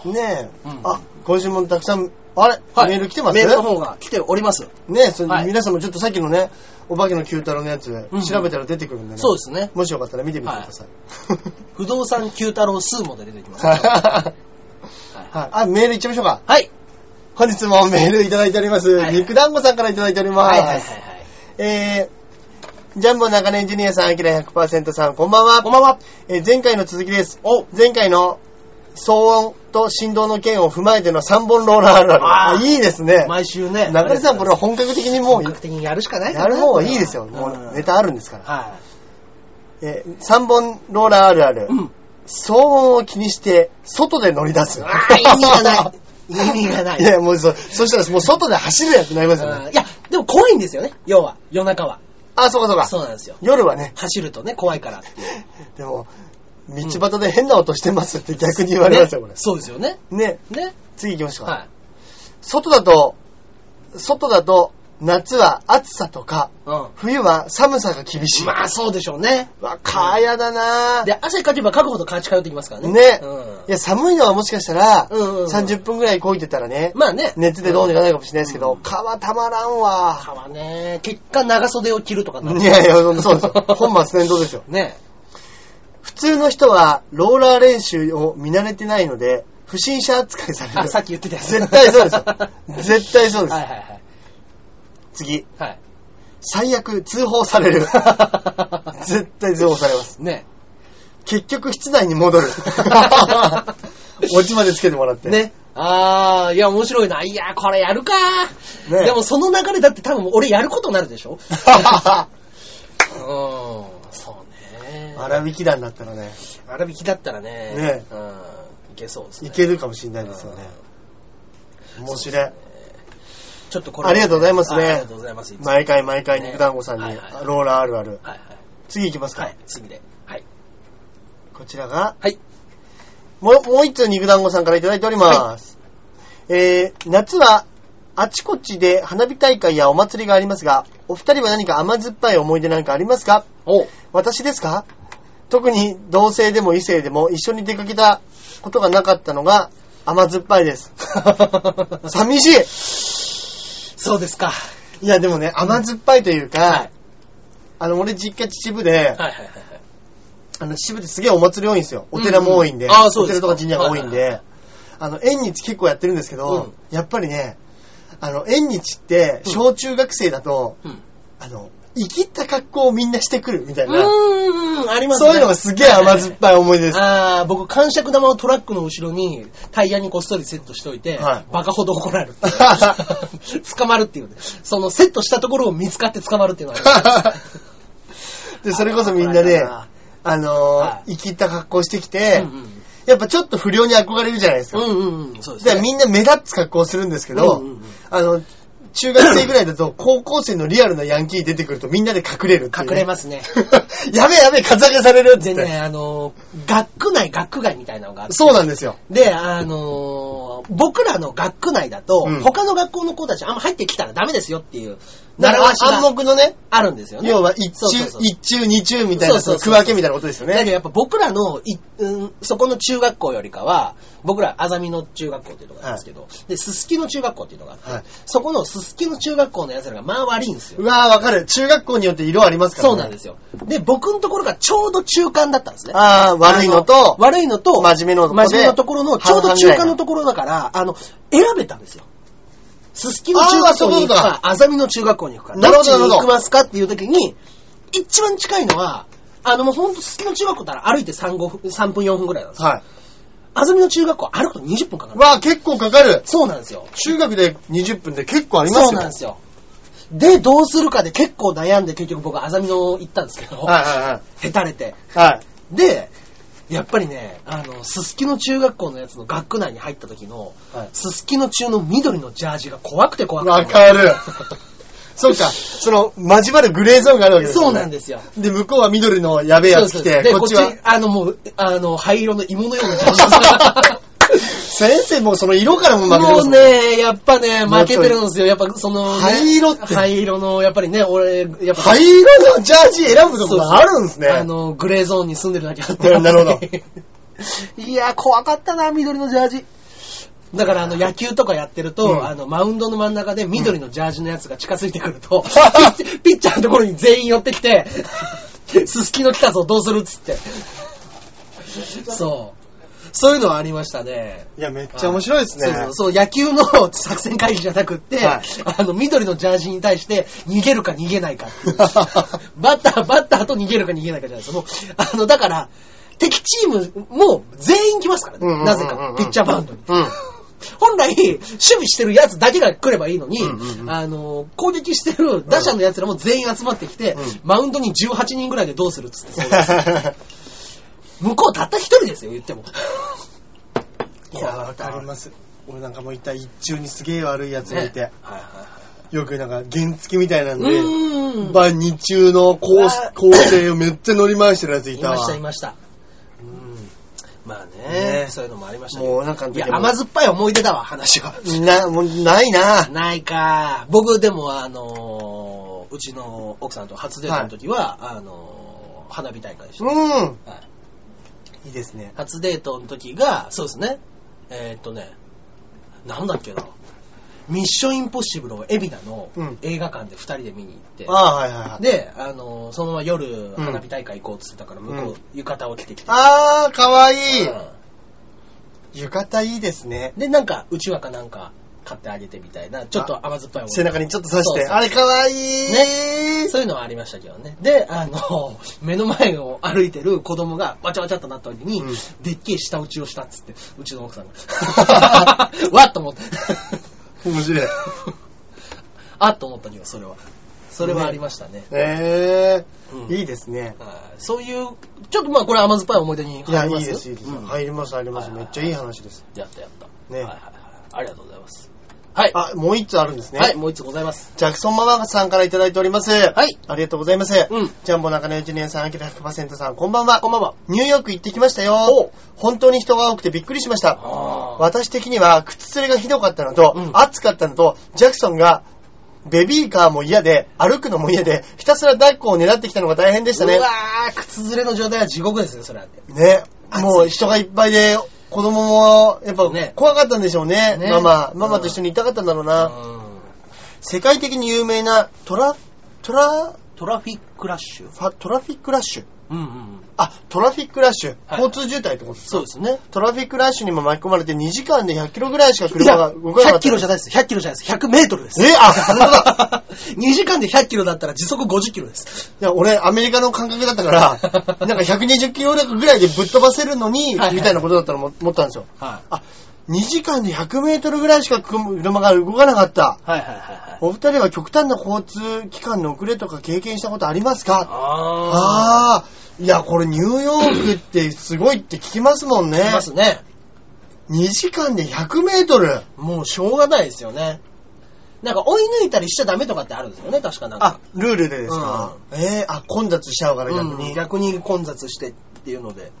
Speaker 2: ねえ、
Speaker 1: うん
Speaker 2: あ、今週もたくさん、あれ、メール来てます
Speaker 1: メールの方が来ております。
Speaker 2: ねえ、それ
Speaker 1: はい
Speaker 2: 皆さんもちょっとさっきのね、お化けの九太郎のやつ
Speaker 1: うん、
Speaker 2: 調べたら出てくるんでね。
Speaker 1: そうですね。
Speaker 2: もしよかったら見てみてください。
Speaker 1: 不動産九太郎数もで出てきます。はい。
Speaker 2: はい。 あ、メールいっちゃいましょうか。
Speaker 1: はい。
Speaker 2: 本日もメールいただいております。
Speaker 1: はい
Speaker 2: 肉団子さんからいただいております。
Speaker 1: はいはいはいはい。
Speaker 2: えー、ジャンボ中根エンジニアさん、アキラ100%さん、こんばん
Speaker 1: こん
Speaker 2: は。
Speaker 1: ばんは。
Speaker 2: えー前回の続きです。
Speaker 1: お
Speaker 2: 前回の騒音と振動の件を踏まえての3本ローラーあるある。
Speaker 1: あ
Speaker 2: あ
Speaker 1: ー
Speaker 2: いいですね。
Speaker 1: 毎週ね。
Speaker 2: 中根さ ん、これは本格的にも
Speaker 1: 本
Speaker 2: う
Speaker 1: 格的にやるしかないか
Speaker 2: や
Speaker 1: な
Speaker 2: る方がいいですよ。
Speaker 1: うん
Speaker 2: もうネタあるんですから。
Speaker 1: は
Speaker 2: えー3本ローラーあるある
Speaker 1: い。。うん。
Speaker 2: 騒音を気にして、外で乗り出す。
Speaker 1: あー意味 がない。意味がない。
Speaker 2: いや、もうそ、そしたらもう外で走るやつになりますよ
Speaker 1: う
Speaker 2: ね。
Speaker 1: んいや、でも怖いんですよね。要は、夜中は。
Speaker 2: あ、そうかそうか。
Speaker 1: そうなんですよ。
Speaker 2: 夜はね、
Speaker 1: 走るとね、怖いからっていう
Speaker 2: でも、道端で変な音してますって逆に言われますよ、こ
Speaker 1: ね
Speaker 2: れ。
Speaker 1: そうですよね。
Speaker 2: ね、
Speaker 1: ね。
Speaker 2: 次行きましょうか。
Speaker 1: はい。
Speaker 2: 外だと、外だと、夏は暑さとか、
Speaker 1: うん。
Speaker 2: 冬は寒さが厳しい。
Speaker 1: まあ、そうでしょうね。
Speaker 2: わ、かやだなぁ。
Speaker 1: で、汗かけばかくほど勝ち通ってきますからね。
Speaker 2: ね
Speaker 1: うん
Speaker 2: いや、寒いのはもしかしたら、
Speaker 1: うんうんうん
Speaker 2: 30分ぐらいこいてたらね、
Speaker 1: まあね。
Speaker 2: 熱でどうにかなるかもしれないですけ
Speaker 1: う
Speaker 2: ど
Speaker 1: ん、
Speaker 2: 蚊はたまらんわ。
Speaker 1: 歯はね、結果長袖を着るとかになる
Speaker 2: いやいや、そう ですよ。本末転倒ですよ。
Speaker 1: ね。
Speaker 2: 普通の人は、ローラー練習を見慣れてないので、不審者扱いされ
Speaker 1: あ、
Speaker 2: る。
Speaker 1: さっき言ってたやつ。
Speaker 2: 絶対そう ですよ 絶対そうです
Speaker 1: はいはいはい。
Speaker 2: 次。
Speaker 1: はい。
Speaker 2: 最悪、通報さ れる。絶対通報されます。
Speaker 1: ね。
Speaker 2: 結局、室内に戻 る。オチまでつけてもらって。。
Speaker 1: ね。あー、いや、面白いな。いや、これやるか
Speaker 2: ね
Speaker 1: でも、その流れだって多分俺やることになるでしょ
Speaker 2: 荒
Speaker 1: うん。そうね。
Speaker 2: 引き団だったらね、
Speaker 1: 荒引きだったらね。
Speaker 2: ね
Speaker 1: うん。いけそうですね。
Speaker 2: いけるかもしれないですよね。面白い。
Speaker 1: ちょっとこれ。
Speaker 2: ありがとうございますね
Speaker 1: あありがとうございます。いつも
Speaker 2: 毎回毎回
Speaker 1: ね
Speaker 2: 肉団子さんに
Speaker 1: はいはい
Speaker 2: ローラーあるある。
Speaker 1: はいはい。
Speaker 2: 次いきます
Speaker 1: は
Speaker 2: か
Speaker 1: い。、次で。はい。
Speaker 2: こちらが、
Speaker 1: はい。
Speaker 2: もう、もう一通肉団子さんからいただいております。えー、夏は、あちこちで花火大会やお祭りがありますが、お二人は何か甘酸っぱい思い出なんかありますか
Speaker 1: お う
Speaker 2: 私ですか特に同性でも異性でも一緒に出かけたことがなかったのが甘酸っぱいです。寂し
Speaker 1: そうですか。
Speaker 2: いいやでもね、甘酸っぱいというか、
Speaker 1: はい
Speaker 2: あの、俺実家秩父で、
Speaker 1: はいはいはいはい。
Speaker 2: あの、秩父ってすげえお祭り多いんですよ。お寺も多いんで。
Speaker 1: うんうんあーそう
Speaker 2: お
Speaker 1: です
Speaker 2: 寺
Speaker 1: か
Speaker 2: とか神社が多いんで。
Speaker 1: はい
Speaker 2: あの、縁日結構やってるんですけど、やっぱりね、あの、縁日って、
Speaker 1: うん
Speaker 2: 小中学生だと、
Speaker 1: うん。
Speaker 2: あの、生きった格好をみんなしてくるみたいな、
Speaker 1: うーん、ありますね。
Speaker 2: そういうのがすげえ甘酸っぱい思い出です。
Speaker 1: ああ、僕、感触玉をトラックの後ろにタイヤにこっそりセットしといて、
Speaker 2: はい
Speaker 1: バカほど怒られる。 捕まるっていうね。そのセットしたところを見つかって捕まるっていうのは
Speaker 2: で、それこそみんな
Speaker 1: あ
Speaker 2: で、
Speaker 1: るな
Speaker 2: あの
Speaker 1: は
Speaker 2: ー、生きった格好してき
Speaker 1: あ
Speaker 2: て
Speaker 1: る、うん
Speaker 2: やっぱちょっと不良に憧れるじゃないです
Speaker 1: う
Speaker 2: か。
Speaker 1: んうんうん、そうです
Speaker 2: だから
Speaker 1: ね。
Speaker 2: みんな目立つ格好をするんですけど、
Speaker 1: うんうんうん
Speaker 2: あの、中学生ぐらいだ と高校生のリアルなヤンキー出てくるとみんなで隠れるっていう、。
Speaker 1: 隠れますすね。
Speaker 2: やべえやべえ、カツアゲされるって
Speaker 1: でね、あの、学区内、学区外みたいなのがある。
Speaker 2: そうなんですよ。
Speaker 1: で、あのー僕らの学区内だと、
Speaker 2: うん
Speaker 1: 他の学校の子たちあんま入ってきたらダメですよっていう、
Speaker 2: だか
Speaker 1: 習わ
Speaker 2: ら
Speaker 1: し
Speaker 2: 暗
Speaker 1: が
Speaker 2: 黙のね、
Speaker 1: あるんですよね。
Speaker 2: 要は一
Speaker 1: そう
Speaker 2: 中
Speaker 1: そうそう
Speaker 2: 一中二中みたいな、
Speaker 1: そうそうそう
Speaker 2: その区分けみたいなことですよ
Speaker 1: だけど
Speaker 2: ね。
Speaker 1: やっぱ僕らのい、うん、そこの中学校よりかは、僕ら、あざみの中学校っていうとこなんですけど、で、すすきの中学校っていうのがあって、
Speaker 2: はい
Speaker 1: そこのすすきの中学校の奴らがまあ悪いんですよ。
Speaker 2: うわーわかる。中学校によって色ありますからね。
Speaker 1: そうなんですよ。で、僕のところがちょうど中間だったんですね。
Speaker 2: ああ、悪いの
Speaker 1: あ
Speaker 2: と、
Speaker 1: 悪いのと、
Speaker 2: 真面目のとこで
Speaker 1: 真面目のところの、ちょうど中間のところだから、あの、選べたんですよ。すすきの中学校
Speaker 2: あ
Speaker 1: に行く
Speaker 2: ーそういうこ
Speaker 1: か、あざみの中学校に行くか、
Speaker 2: なる
Speaker 1: ど
Speaker 2: ほ
Speaker 1: っち
Speaker 2: どなるほ
Speaker 1: に
Speaker 2: ど
Speaker 1: 行きますかっていう時に、一番近いのは、あの、もうほんとすすきの中学校から歩いて3、5分、3分4分ぐらいなんですよ。
Speaker 2: はい。
Speaker 1: あざみの中学校歩くと20分かかる。
Speaker 2: わあ、結構かかる。
Speaker 1: そうなんですよ。
Speaker 2: 中学で20分で結構ありますよ。
Speaker 1: そうなんですよ。で、どうするかで結構悩んで結局僕、あざみの行ったんですけど、
Speaker 2: はいはいはい。
Speaker 1: へたれて。
Speaker 2: はい。
Speaker 1: で、やっぱりね、あの、すすきの中学校のやつの学区内に入った時の、
Speaker 2: はい
Speaker 1: すすきの中の緑のジャージが怖くて怖くて。
Speaker 2: わかる。そうか、その、交わるグレーゾーンがあるわけです
Speaker 1: そうなん
Speaker 2: で
Speaker 1: ですよ。
Speaker 2: す。で、向こうは緑のやべえやつ来
Speaker 1: そう
Speaker 2: て、
Speaker 1: です
Speaker 2: こっちは
Speaker 1: で、あのもう、あの、灰色の芋のようなジャー
Speaker 2: 先生 もうその色からも
Speaker 1: ジ。
Speaker 2: 負けて
Speaker 1: も
Speaker 2: ま
Speaker 1: う
Speaker 2: す。
Speaker 1: ね、やっぱね、負けてるんですよ。やっぱその、ね、
Speaker 2: 灰色って
Speaker 1: 灰色の、やっぱりね、俺、やっぱ、
Speaker 2: 灰色のジャージ選ぶとこ
Speaker 1: そうそう
Speaker 2: があるんですね。
Speaker 1: あの、グレーゾーンに住んでるだけあっ
Speaker 2: う
Speaker 1: て。
Speaker 2: んなるほど。
Speaker 1: いや、怖かったな、緑のジャージ。だから、あの、野球とかやってると、
Speaker 2: うん
Speaker 1: あの、マウンドの真ん中で緑のジャージのやつが近づいてくる と、ピッチピッチャーのところに全員寄ってきて、 すすきの来たぞ、どうするっ つって。そう。そういうのはありましたね。
Speaker 2: いや、めっちゃ面白いですね。
Speaker 1: そうそうそう、野球の作戦会議じゃなくって、
Speaker 2: はい
Speaker 1: あの、緑のジャージに対して、逃げるか逃げないかってい うバッター、バッターと逃げるか逃げないかじゃないですか。もう、あの、だから、敵チーム、もう全員来ますから
Speaker 2: う
Speaker 1: ね。
Speaker 2: んうんうんうん
Speaker 1: なぜか、ピッチャーバウンドに。
Speaker 2: うん。
Speaker 1: 本来、守備してるやつだけが来ればいいのに、
Speaker 2: うんうんうん
Speaker 1: あの、攻撃してる打者のやつらも全員集まってきて、
Speaker 2: うん
Speaker 1: マウンドに18人ぐらいでどうするっつって。 向こうたった一人ですよ、言っても。
Speaker 2: いや、わかります。俺なんかもう一体一中にすげえ悪いやつがいて、
Speaker 1: ねはいはいはい
Speaker 2: よくなんか原付きみたいなんで、
Speaker 1: う
Speaker 2: ば二中の構
Speaker 1: うわ
Speaker 2: 構成をめっちゃ乗り回してるやつい
Speaker 1: い
Speaker 2: たわ。
Speaker 1: ました、いました。まあね
Speaker 2: ね
Speaker 1: そういうのもありましたけど
Speaker 2: もうなんかの
Speaker 1: い
Speaker 2: 時
Speaker 1: や、
Speaker 2: も
Speaker 1: 甘酸っぱい思い出だわ、話は。
Speaker 2: な、もうないな。
Speaker 1: ないか。僕、でも、あのーうちの奥さんと初デートの時は、あのー花火大会でした。
Speaker 2: うん。
Speaker 1: はい
Speaker 2: いいですね。
Speaker 1: 初デートの時が、そうですね。えーっとね、なんだっけな。ミッションインポッシブルを海老名の
Speaker 2: うん
Speaker 1: 映画館で二人で見に行って、
Speaker 2: ああ、はいはいはい。
Speaker 1: で、あのーそのまま夜花火大会行こうっつってたから、向こう、浴衣を着てきて。
Speaker 2: ああ、かわいい。
Speaker 1: うん
Speaker 2: 浴衣いいですね。
Speaker 1: で、なんか、うちわかなんか買ってあげてみたいな、ちょっと甘酸っぱい思い
Speaker 2: 背中にちょっと刺して。
Speaker 1: そうそう
Speaker 2: あれかわいい。
Speaker 1: ね。そういうのはありましたけどね。で、あの、 目の前を歩いてる子供がわちゃわちゃっとなった時に、
Speaker 2: うん
Speaker 1: でっけえ舌打ちをしたっつって、うちの奥さん が。わっと思って。
Speaker 2: 面白い。へ
Speaker 1: あっと思ったけど、それは。それはありましたね。
Speaker 2: え
Speaker 1: うん
Speaker 2: いいですね。
Speaker 1: あーそういう、ちょっとまあこれ甘酸っぱい思い出に
Speaker 2: いや、い
Speaker 1: 入りま
Speaker 2: い
Speaker 1: す
Speaker 2: です、いいです。
Speaker 1: うん
Speaker 2: 入ります、入ります。
Speaker 1: はい
Speaker 2: め
Speaker 1: はいはい
Speaker 2: っちゃいい話です。
Speaker 1: やったやった。
Speaker 2: ね
Speaker 1: はいはいはい。ありがとうございます。はい。
Speaker 2: あ、もう一つあるんですね。
Speaker 1: はい、もう一つございます。。
Speaker 2: ジャクソンママさんからいただいております。はいありがとうございます。
Speaker 1: うん
Speaker 2: ジャンボ中根一年さん、アキラ100%さん、こんばんは。
Speaker 1: こんばんは。
Speaker 2: ニューヨーク行ってきましたよ。本当に人が多くてびっくりしました。
Speaker 1: あー
Speaker 2: 私的には靴擦れがひどかったのと、
Speaker 1: うん
Speaker 2: 暑かったのと、ジャクソンがベビーカーも嫌で、歩くのも嫌で、ひたすら抱っこを狙ってきたのが大変でしたね
Speaker 1: うわ。ー、靴ずれの状態は地獄ですね、それはね。
Speaker 2: ね、もう人がいっぱいで、子供もやっぱ
Speaker 1: ね
Speaker 2: 怖かったんでしょうね。
Speaker 1: ね
Speaker 2: ママ、
Speaker 1: うん
Speaker 2: ママと一緒にいたかったんだろうな。
Speaker 1: うん
Speaker 2: 世界的に有名なトラ、トラ、
Speaker 1: トラフィックラッシュ。
Speaker 2: ファトラフィックラッシュ。
Speaker 1: うんうん。
Speaker 2: あ、トラフィックラッシュ。
Speaker 1: はい
Speaker 2: 交通渋滞ってことですか
Speaker 1: そうですね。
Speaker 2: トラフィックラッシュにも巻き込まれて2時間で100キロぐらいしか
Speaker 1: い
Speaker 2: 車
Speaker 1: や、
Speaker 2: が動かなか
Speaker 1: 100
Speaker 2: った。
Speaker 1: キロじゃないです。100キロじゃないです。100メートルです。
Speaker 2: えあ本当だ
Speaker 1: 2時間で100キロだったら時速50キロです。
Speaker 2: いや、俺、アメリカの感覚だったから、 なんか120キロぐらいでぶっ飛ばせるのに、み
Speaker 1: はいはい
Speaker 2: たいなことだったら思ったんですよ。
Speaker 1: は
Speaker 2: あ、2時間で100メートルぐらいしか車が動かなかった。
Speaker 1: い。はいはいはいはい。
Speaker 2: お二人は極端な交通機関の遅れとか経験したことありますか
Speaker 1: ああ。
Speaker 2: ああー、いや、これニューヨークってすごいって聞きますもんね。
Speaker 1: いますね。
Speaker 2: 2時間で100メートル。
Speaker 1: もうしょうがないですよね。なんか追い抜いたりしちゃダメとかってあるんですよね、確かなん
Speaker 2: あ
Speaker 1: か。、
Speaker 2: ルールでですか、えー、あ、混雑しちゃうから逆に。
Speaker 1: うん逆に混雑してっていうので。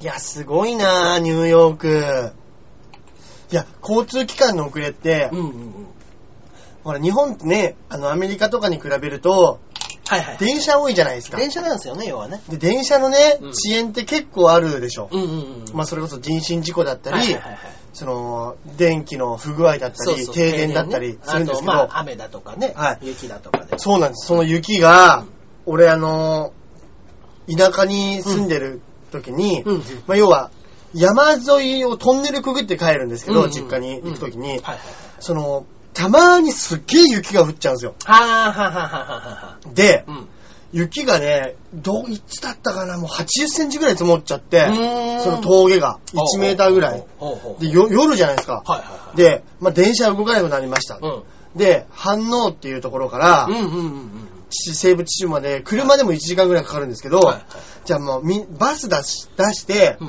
Speaker 2: いや、すごいなあニューヨーク。いや、交通機関の遅れって、
Speaker 1: うんうんうん。
Speaker 2: ほら、日本ってね、あの、アメリカとかに比べると、
Speaker 1: はいはい。
Speaker 2: 電車多いじゃないですか。
Speaker 1: 電車なんですよね、要はね。
Speaker 2: で、電車のね、
Speaker 1: うん
Speaker 2: 遅延って結構あるでしょ。
Speaker 1: うんうんうん。
Speaker 2: まあ、それこそ人身事故だったり、
Speaker 1: はいはいはいはい
Speaker 2: その、電気の不具合だった
Speaker 1: そう
Speaker 2: り、
Speaker 1: そう
Speaker 2: 停電だったりするんですけど、
Speaker 1: あとまあ、雨だとかね、
Speaker 2: はい
Speaker 1: 雪だとかで。
Speaker 2: そうなんです。その雪が、
Speaker 1: うん
Speaker 2: 俺あの、田舎に住んでる時に、
Speaker 1: うんうん
Speaker 2: まあ、要は、山沿いをトンネルくぐって帰るんですけど、
Speaker 1: うんうん
Speaker 2: 実家に行くときに、
Speaker 1: はいはい。
Speaker 2: その、たまにすっげえ雪が降っちゃうんですよ。
Speaker 1: はあ、はあはあはあはあ。
Speaker 2: で、
Speaker 1: うん。
Speaker 2: 雪がね、どう、いつだったかな、もう80センチぐらい積もっちゃって、
Speaker 1: ーん
Speaker 2: その峠が1メーターぐらい。。
Speaker 1: ほうほうほうほう
Speaker 2: で、よ夜じゃないですか。
Speaker 1: はいはいはい。
Speaker 2: で、まあ、電車動かなくなりました。で、飯能っていうところから、
Speaker 1: うん。うんうんうんうん。
Speaker 2: 秩西部秩父まで、車でも1時間ぐらいかかるんですけど、
Speaker 1: はいはい
Speaker 2: じゃあもうみ、バス出し、出して、
Speaker 1: うん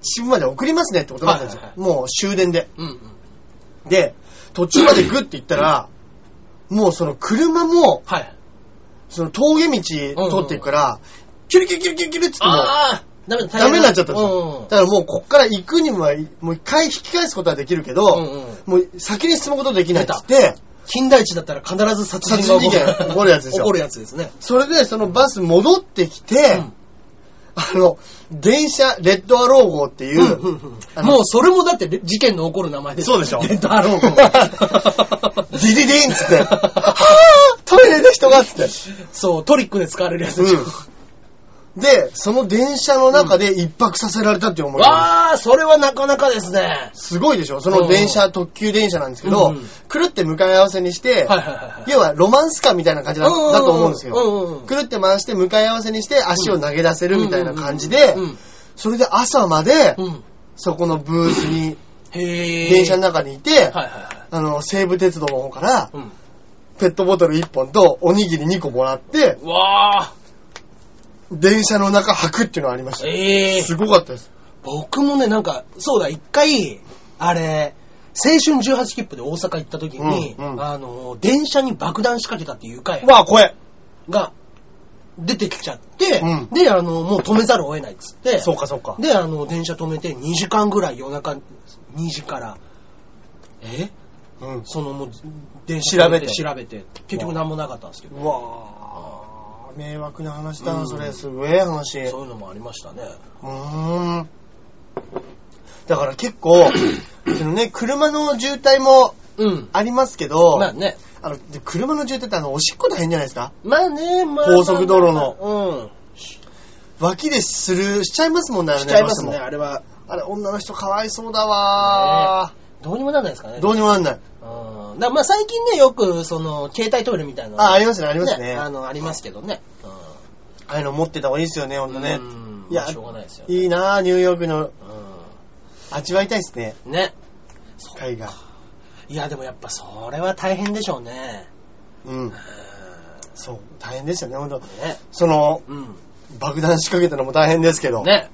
Speaker 2: 秩父まで送りますねってことだったんですよ。
Speaker 1: はいは
Speaker 2: もう終電で。
Speaker 1: うんうん。
Speaker 2: で、途中までグッて行ったら、もうその車も、
Speaker 1: はい。
Speaker 2: その峠道通っていくから、キュルキュルキュルキュルキュルって言っても、
Speaker 1: ああダメだ、
Speaker 2: ダメになっちゃったんです
Speaker 1: うんう
Speaker 2: よ
Speaker 1: ん。
Speaker 2: だからもうこっから行くにも、もう一回引き返すことはできるけど、
Speaker 1: うんうん
Speaker 2: もう先に進むことできないって言って、
Speaker 1: 近代地だったら必ず殺人が起こ
Speaker 2: 殺人事件起こるやつですよ
Speaker 1: 起こるやつですね。
Speaker 2: それでそのバス戻ってきて、
Speaker 1: うん
Speaker 2: あの、電車、レッドアロー号っていう、あの
Speaker 1: もうそれもだって事件の起こる名前です
Speaker 2: そうでしょ
Speaker 1: レッドアロ
Speaker 2: デ ィ
Speaker 1: ーゴ
Speaker 2: ディディンっつって、はぁトイレの人がっつって。
Speaker 1: そう、トリックで使われるやつでしょ。
Speaker 2: で、その電車の中で一泊させられたっていう思いがある
Speaker 1: わあそれはなかなかですね。は
Speaker 2: すごいでしょその電車、特急電車なんですけど、
Speaker 1: うんうん
Speaker 2: くるって向かい合わせにして、
Speaker 1: いはいはい
Speaker 2: 要はロマンスカーみたいな感じだ
Speaker 1: はい。
Speaker 2: だと思うんですよ。
Speaker 1: よ
Speaker 2: くるって回して向かい合わせにして足を投げ出せるみたいな感じで
Speaker 1: う、ん
Speaker 2: それで朝まで
Speaker 1: うんうん。
Speaker 2: そこのブースに
Speaker 1: へえ。
Speaker 2: 電車の
Speaker 1: の
Speaker 2: 中にいて、
Speaker 1: はいはいはい。
Speaker 2: あの、西武鉄道の方から
Speaker 1: うん。
Speaker 2: ペットボトル1本とおにぎり2個もらって、
Speaker 1: うわあ
Speaker 2: 電車の中履くっていうのがありました。
Speaker 1: ええ。
Speaker 2: すごかったです。
Speaker 1: 僕もね、なんか、そうだ、一回、あれ、青春18切符で大阪行った時に、
Speaker 2: うんうん
Speaker 1: あの、電車に爆弾仕掛けたっていう回
Speaker 2: わあ、怖え。
Speaker 1: が出てきちゃって、
Speaker 2: うん
Speaker 1: で、あの、もう止めざるを得ないっつって、
Speaker 2: そうか、そうか。
Speaker 1: で、あの、電車止めて2時間ぐらい夜中2時から、え
Speaker 2: うん。
Speaker 1: そのもう、電車
Speaker 2: 調べて
Speaker 1: 調べて、結局何もなかったんですけど、
Speaker 2: うわあ、迷惑な話だ
Speaker 1: う
Speaker 2: な、
Speaker 1: ん
Speaker 2: それ。すごい話。
Speaker 1: そういうのもありましたね。
Speaker 2: うーん。だから結 構、そのね、車の渋滞も
Speaker 1: うん。
Speaker 2: ありますけど、
Speaker 1: まあね、
Speaker 2: あの、で車の渋滞ってあの、おしっこ大変じゃないですか
Speaker 1: まあね、まあ。
Speaker 2: 高速道路の
Speaker 1: の。
Speaker 2: 脇でする、しちゃいますもんね、あ
Speaker 1: うん。
Speaker 2: れ
Speaker 1: し
Speaker 2: ね。
Speaker 1: ちゃいます
Speaker 2: どうし
Speaker 1: ね、
Speaker 2: ても
Speaker 1: あれは。
Speaker 2: あれ、女の人かわいそうだわ
Speaker 1: どうにもなんないですかね。
Speaker 2: ー。どうにもなんない。
Speaker 1: うん。だからまあ最近ね、よく、その、携帯トイレみたいなの
Speaker 2: あ、ありますね、ありますね。
Speaker 1: あ
Speaker 2: あ
Speaker 1: の、ありますけどね。うん
Speaker 2: あいうの持ってた方がいいですよね、ほんとね。
Speaker 1: うん
Speaker 2: いや
Speaker 1: まあしょうがないですよね。
Speaker 2: いいなぁ、ニューヨークの、
Speaker 1: う
Speaker 2: 味わいたいですね、
Speaker 1: ん。ね。
Speaker 2: 海が。
Speaker 1: いや、でもやっぱそれは大変でしょうね。
Speaker 2: うん
Speaker 1: う。ん
Speaker 2: そう、大変でしたね、ほんと。
Speaker 1: ね。
Speaker 2: その、
Speaker 1: うん。
Speaker 2: 爆弾仕掛けたのも大変ですけど。
Speaker 1: ね。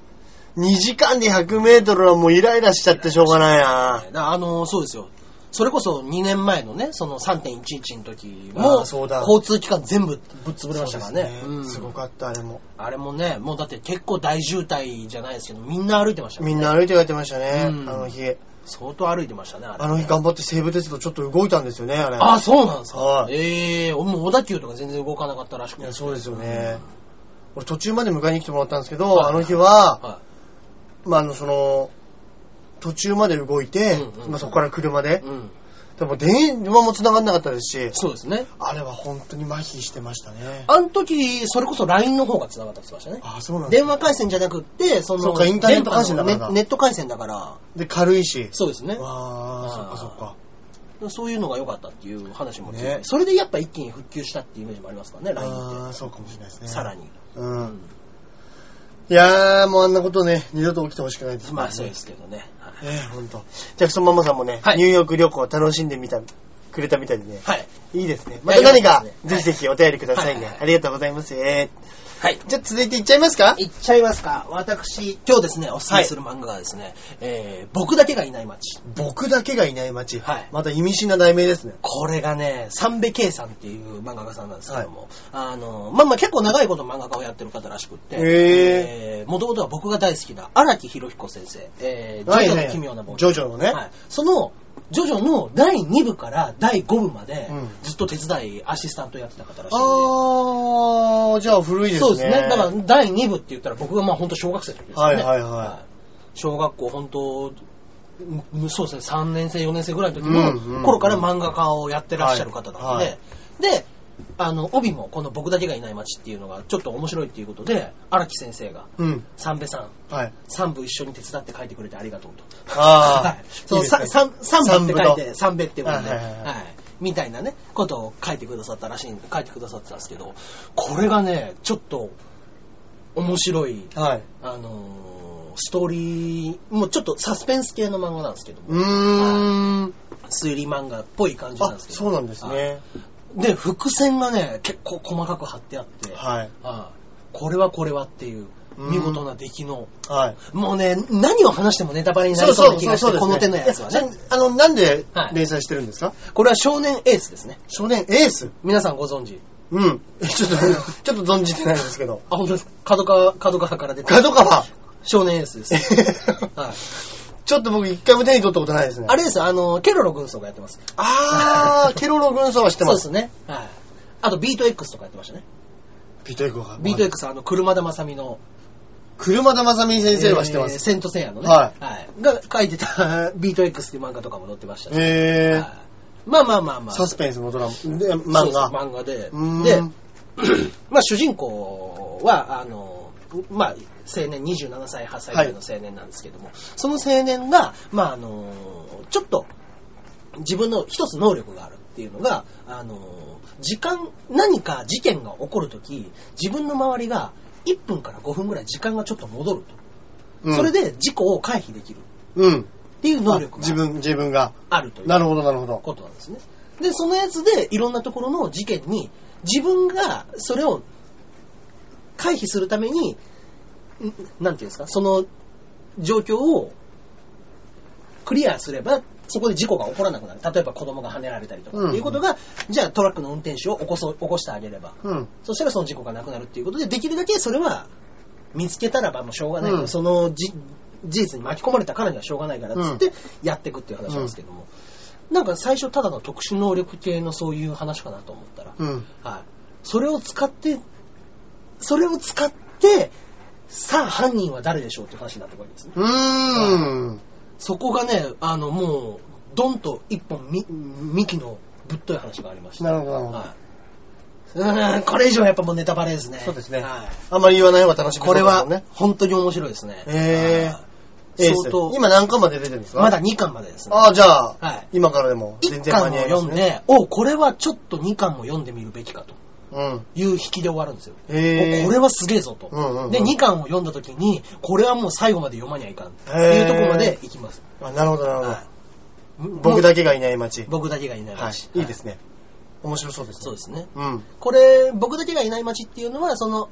Speaker 2: 2時間で100メートルはもうイライラしちゃってしょうがないな
Speaker 1: だからあの、そうですよ。それこそ2年前のね、その3.11の時
Speaker 2: あ
Speaker 1: も、
Speaker 2: ーそうだ
Speaker 1: 交通機関全部ぶっ潰れましたから
Speaker 2: そ
Speaker 1: ね。
Speaker 2: うです
Speaker 1: うん
Speaker 2: すごかった、でも。
Speaker 1: あれもね、もうだって結構大渋滞じゃないですけど、みんな歩いてましたよね
Speaker 2: みんな歩いて帰ってましたね、
Speaker 1: うん
Speaker 2: あの日。
Speaker 1: 相当歩いてましたね、あれ。
Speaker 2: あの日頑張って西武鉄道ちょっと動いたんですよね、あれ。
Speaker 1: あ、そうなんですか
Speaker 2: は。い
Speaker 1: ええもう小田急とか全然動かなかったらしく
Speaker 2: い
Speaker 1: て
Speaker 2: や、そうですよね。俺途中まで迎えに来てもらったんですけど、
Speaker 1: は
Speaker 2: あ
Speaker 1: い
Speaker 2: の日は、
Speaker 1: は
Speaker 2: まあ、あの、その、途中まで動いて、
Speaker 1: うんうん
Speaker 2: まあ、そこから車で
Speaker 1: い。、うん。
Speaker 2: でも電話も繋がんなかったですし、
Speaker 1: そうですね。
Speaker 2: あれは本当に麻痺してましたね。
Speaker 1: あの時、それこそ LINE の方が繋がったって言ってましたね。
Speaker 2: あ、そうなんだ。
Speaker 1: 電話回線じゃなくって、その、
Speaker 2: そうかインターネット回線だから
Speaker 1: 電波のネネット回線だから、
Speaker 2: で、軽いし。
Speaker 1: そうですね。
Speaker 2: わー、そっ
Speaker 1: あー
Speaker 2: かそっか。
Speaker 1: そういうのが良かったっていう話も聞いて、
Speaker 2: ね
Speaker 1: それでやっぱ一気に復旧したっていうイメージもありますからね、LINE
Speaker 2: あ
Speaker 1: っ
Speaker 2: ー、そうかもしれないです
Speaker 1: て。
Speaker 2: ね。
Speaker 1: さら。に。
Speaker 2: う。。
Speaker 1: うん
Speaker 2: いやー、もうあんなことね、二度と起きてほしくないですね。
Speaker 1: まあそうですけどね。
Speaker 2: ええ、ほんと。ジャクソンママさんもね、
Speaker 1: はい
Speaker 2: ニューヨーク旅行を楽しんでみた、くれたみたいでね。
Speaker 1: はい。
Speaker 2: いいですね。
Speaker 1: い
Speaker 2: ま
Speaker 1: や
Speaker 2: た何か
Speaker 1: よかったです、ね
Speaker 2: ぜひぜひお便りくださいね。
Speaker 1: はいはいはい
Speaker 2: ありがとうございます。え
Speaker 1: はい。
Speaker 2: ーじゃあ続いていっちゃいますか
Speaker 1: いっちゃいますか。私、今日ですね、おすすめする漫画がですね、えー僕だけがいない街。
Speaker 2: 僕だけがいない街。
Speaker 1: はい
Speaker 2: また意味深な題名ですね。
Speaker 1: これがね、三部圭さんっていう漫画家さんなんですけども、あの、まあまあ結構長いこと漫画家をやってる方らしくって、
Speaker 2: へー
Speaker 1: えー、もともとは僕が大好きな荒木博彦先生、えー、ジ
Speaker 2: は
Speaker 1: ョ
Speaker 2: い
Speaker 1: ジ
Speaker 2: は
Speaker 1: ョ
Speaker 2: い
Speaker 1: の奇妙な冒
Speaker 2: ジ
Speaker 1: 険
Speaker 2: ョジョのね
Speaker 1: はい。その、ジョジョの第2部から第5部まで
Speaker 2: うん、
Speaker 1: ずっと手伝い、アシスタントやってた方らしいんで
Speaker 2: あー、じゃあ古いですね。
Speaker 1: そうですね。だから第2部って言ったら僕がまあ本当小学生の時ですよね。
Speaker 2: はいはいはい
Speaker 1: 小学校本当、うんそうですね、3年生、4年生ぐらいの時
Speaker 2: うんうんうん
Speaker 1: の頃から漫画家をやってらっしゃる方なの
Speaker 2: は
Speaker 1: で、
Speaker 2: い
Speaker 1: で、あの、帯もこの僕だけがいない街っていうのがちょっと面白いっていうことで、荒木先生が、
Speaker 2: うん。
Speaker 1: 三部さん、
Speaker 2: はい。
Speaker 1: 三部一緒に手伝って書いてくれてありがとうと。
Speaker 2: あー
Speaker 1: はい。そ、
Speaker 2: いういですね
Speaker 1: さ三三部って書いて、三部ってことで、
Speaker 2: は
Speaker 1: はい
Speaker 2: はいはい
Speaker 1: い。みたいなね、ことを書いてくださったらしいん書いてくださってたんですけど、これがね、ちょっと、面白い、
Speaker 2: はい。
Speaker 1: あのーストーリー、もうちょっとサスペンス系の漫画なんですけども、
Speaker 2: うーん。
Speaker 1: 推理漫画っぽい感じなん
Speaker 2: あ、
Speaker 1: ですけど。
Speaker 2: そうなんですね。
Speaker 1: で、伏線がね、結構細かく貼ってあって、
Speaker 2: はい。
Speaker 1: ああこれはこれはっていう、
Speaker 2: うん
Speaker 1: 見事な出来の、
Speaker 2: はい。
Speaker 1: もうね、何を話してもネタバレになりそうな気がして、この手のやつはね。。
Speaker 2: あの、なんで
Speaker 1: はい
Speaker 2: 連載してるんですか
Speaker 1: これは少年エースですね。
Speaker 2: 少年エース。
Speaker 1: 皆さんご存知。
Speaker 2: うん。 ちょっと、ちょっと存じてないんですけど。
Speaker 1: あ、本当ですか角川、角川から出て
Speaker 2: 角 川
Speaker 1: 少年エースです。はい
Speaker 2: ちょっと僕一回も手に取ったことないですね。
Speaker 1: あれですよあの、ケロロ軍曹がやってます。
Speaker 2: あー、ケロロ軍曹は知ってます。
Speaker 1: そうですね。はい。あと、ビート X とかやってましたね。
Speaker 2: ビートエコが。
Speaker 1: ビート X はあの、車田正美の
Speaker 2: 車田正美先生は知ってま
Speaker 1: えー
Speaker 2: す。
Speaker 1: セントセイヤのね。
Speaker 2: は
Speaker 1: はい。が書いてた ビート X っていう漫画とかも載ってましたし
Speaker 2: へ
Speaker 1: はいまあまあまあまあ。
Speaker 2: サスペンスのドラマ、で
Speaker 1: そう
Speaker 2: 漫
Speaker 1: そう
Speaker 2: 画。
Speaker 1: 漫画で
Speaker 2: うーん。
Speaker 1: で、 まあ主人公は、あの、まあ、青年、27歳、8歳ぐらいの青年なんですけども、その青年が、まあ、あの、ちょっと、自分の一つ能力があるっていうのが、あの、時間、何か事件が起こるとき、自分の周りが1分から5分ぐらい時間がちょっと戻ると。
Speaker 2: うん
Speaker 1: それ、で事故を回避できる
Speaker 2: うん。
Speaker 1: っていう能力
Speaker 2: 自
Speaker 1: が
Speaker 2: 分、自分が。
Speaker 1: あるという
Speaker 2: なるほど、なるほど。
Speaker 1: ことなんですね。で、そのやつでいろんなところの事件に自分がそれを回避するために、んなんていうんですか、その状況をクリアすれば、そこで事故が起こらなくなる。例えば子供が跳ねられたりと
Speaker 2: うん
Speaker 1: かっていうことが、じゃあトラックの運転手を起こそう、起こしてあげれば、
Speaker 2: うん。
Speaker 1: そしたらその事故がなくなるっていうことで、できるだけそれは見つけたらばもうしょうがないから、
Speaker 2: うん
Speaker 1: そのじ事実に巻き込まれたからにはしょうがないからっつってやっていくっていう話なんですけども、なんか最初ただの特殊能力系のそういう話かなと思ったら、
Speaker 2: うん。
Speaker 1: はい、それを使って、それを使って、さあ犯人は誰でしょうっていう話になってくるわけですね。
Speaker 2: うーん。
Speaker 1: そこがね、あのもう、ドンと一本み幹のぶっとい話がありました。
Speaker 2: なるほどなるほど
Speaker 1: はい、うーん、これ以上はやっぱもうネタバレですね。
Speaker 2: そうですね
Speaker 1: はい
Speaker 2: あんまり言わない方が楽しみ
Speaker 1: こ
Speaker 2: そう
Speaker 1: れ
Speaker 2: ですも
Speaker 1: は
Speaker 2: んね。
Speaker 1: 本当に面白いですね。
Speaker 2: へー
Speaker 1: はい
Speaker 2: エー
Speaker 1: 相当
Speaker 2: ス。、今何巻まで出てるんですか
Speaker 1: まだ2巻までですね。
Speaker 2: ああ、じゃあ、
Speaker 1: はい
Speaker 2: 今からでも全
Speaker 1: 1
Speaker 2: 然間
Speaker 1: 巻
Speaker 2: に
Speaker 1: を
Speaker 2: 合いま
Speaker 1: 読
Speaker 2: す
Speaker 1: ん
Speaker 2: ね。
Speaker 1: で、おこれはちょっと2巻も読んでみるべきかと
Speaker 2: うん。
Speaker 1: いう引きで終わるんですよ。
Speaker 2: へー
Speaker 1: おこれはすげえぞと。
Speaker 2: うんうんうん
Speaker 1: で、2巻を読んだ時に、これはもう最後まで読まにゃいかんっていうところまで行きます。
Speaker 2: あ、なるほど、なるほど。
Speaker 1: はい
Speaker 2: 僕だけがいない街。
Speaker 1: 僕だけがいない
Speaker 2: は
Speaker 1: 街。
Speaker 2: い。いいですね。面白そうですね。
Speaker 1: そうですね。
Speaker 2: うん。
Speaker 1: これ、僕だけがいない街っていうのは、その、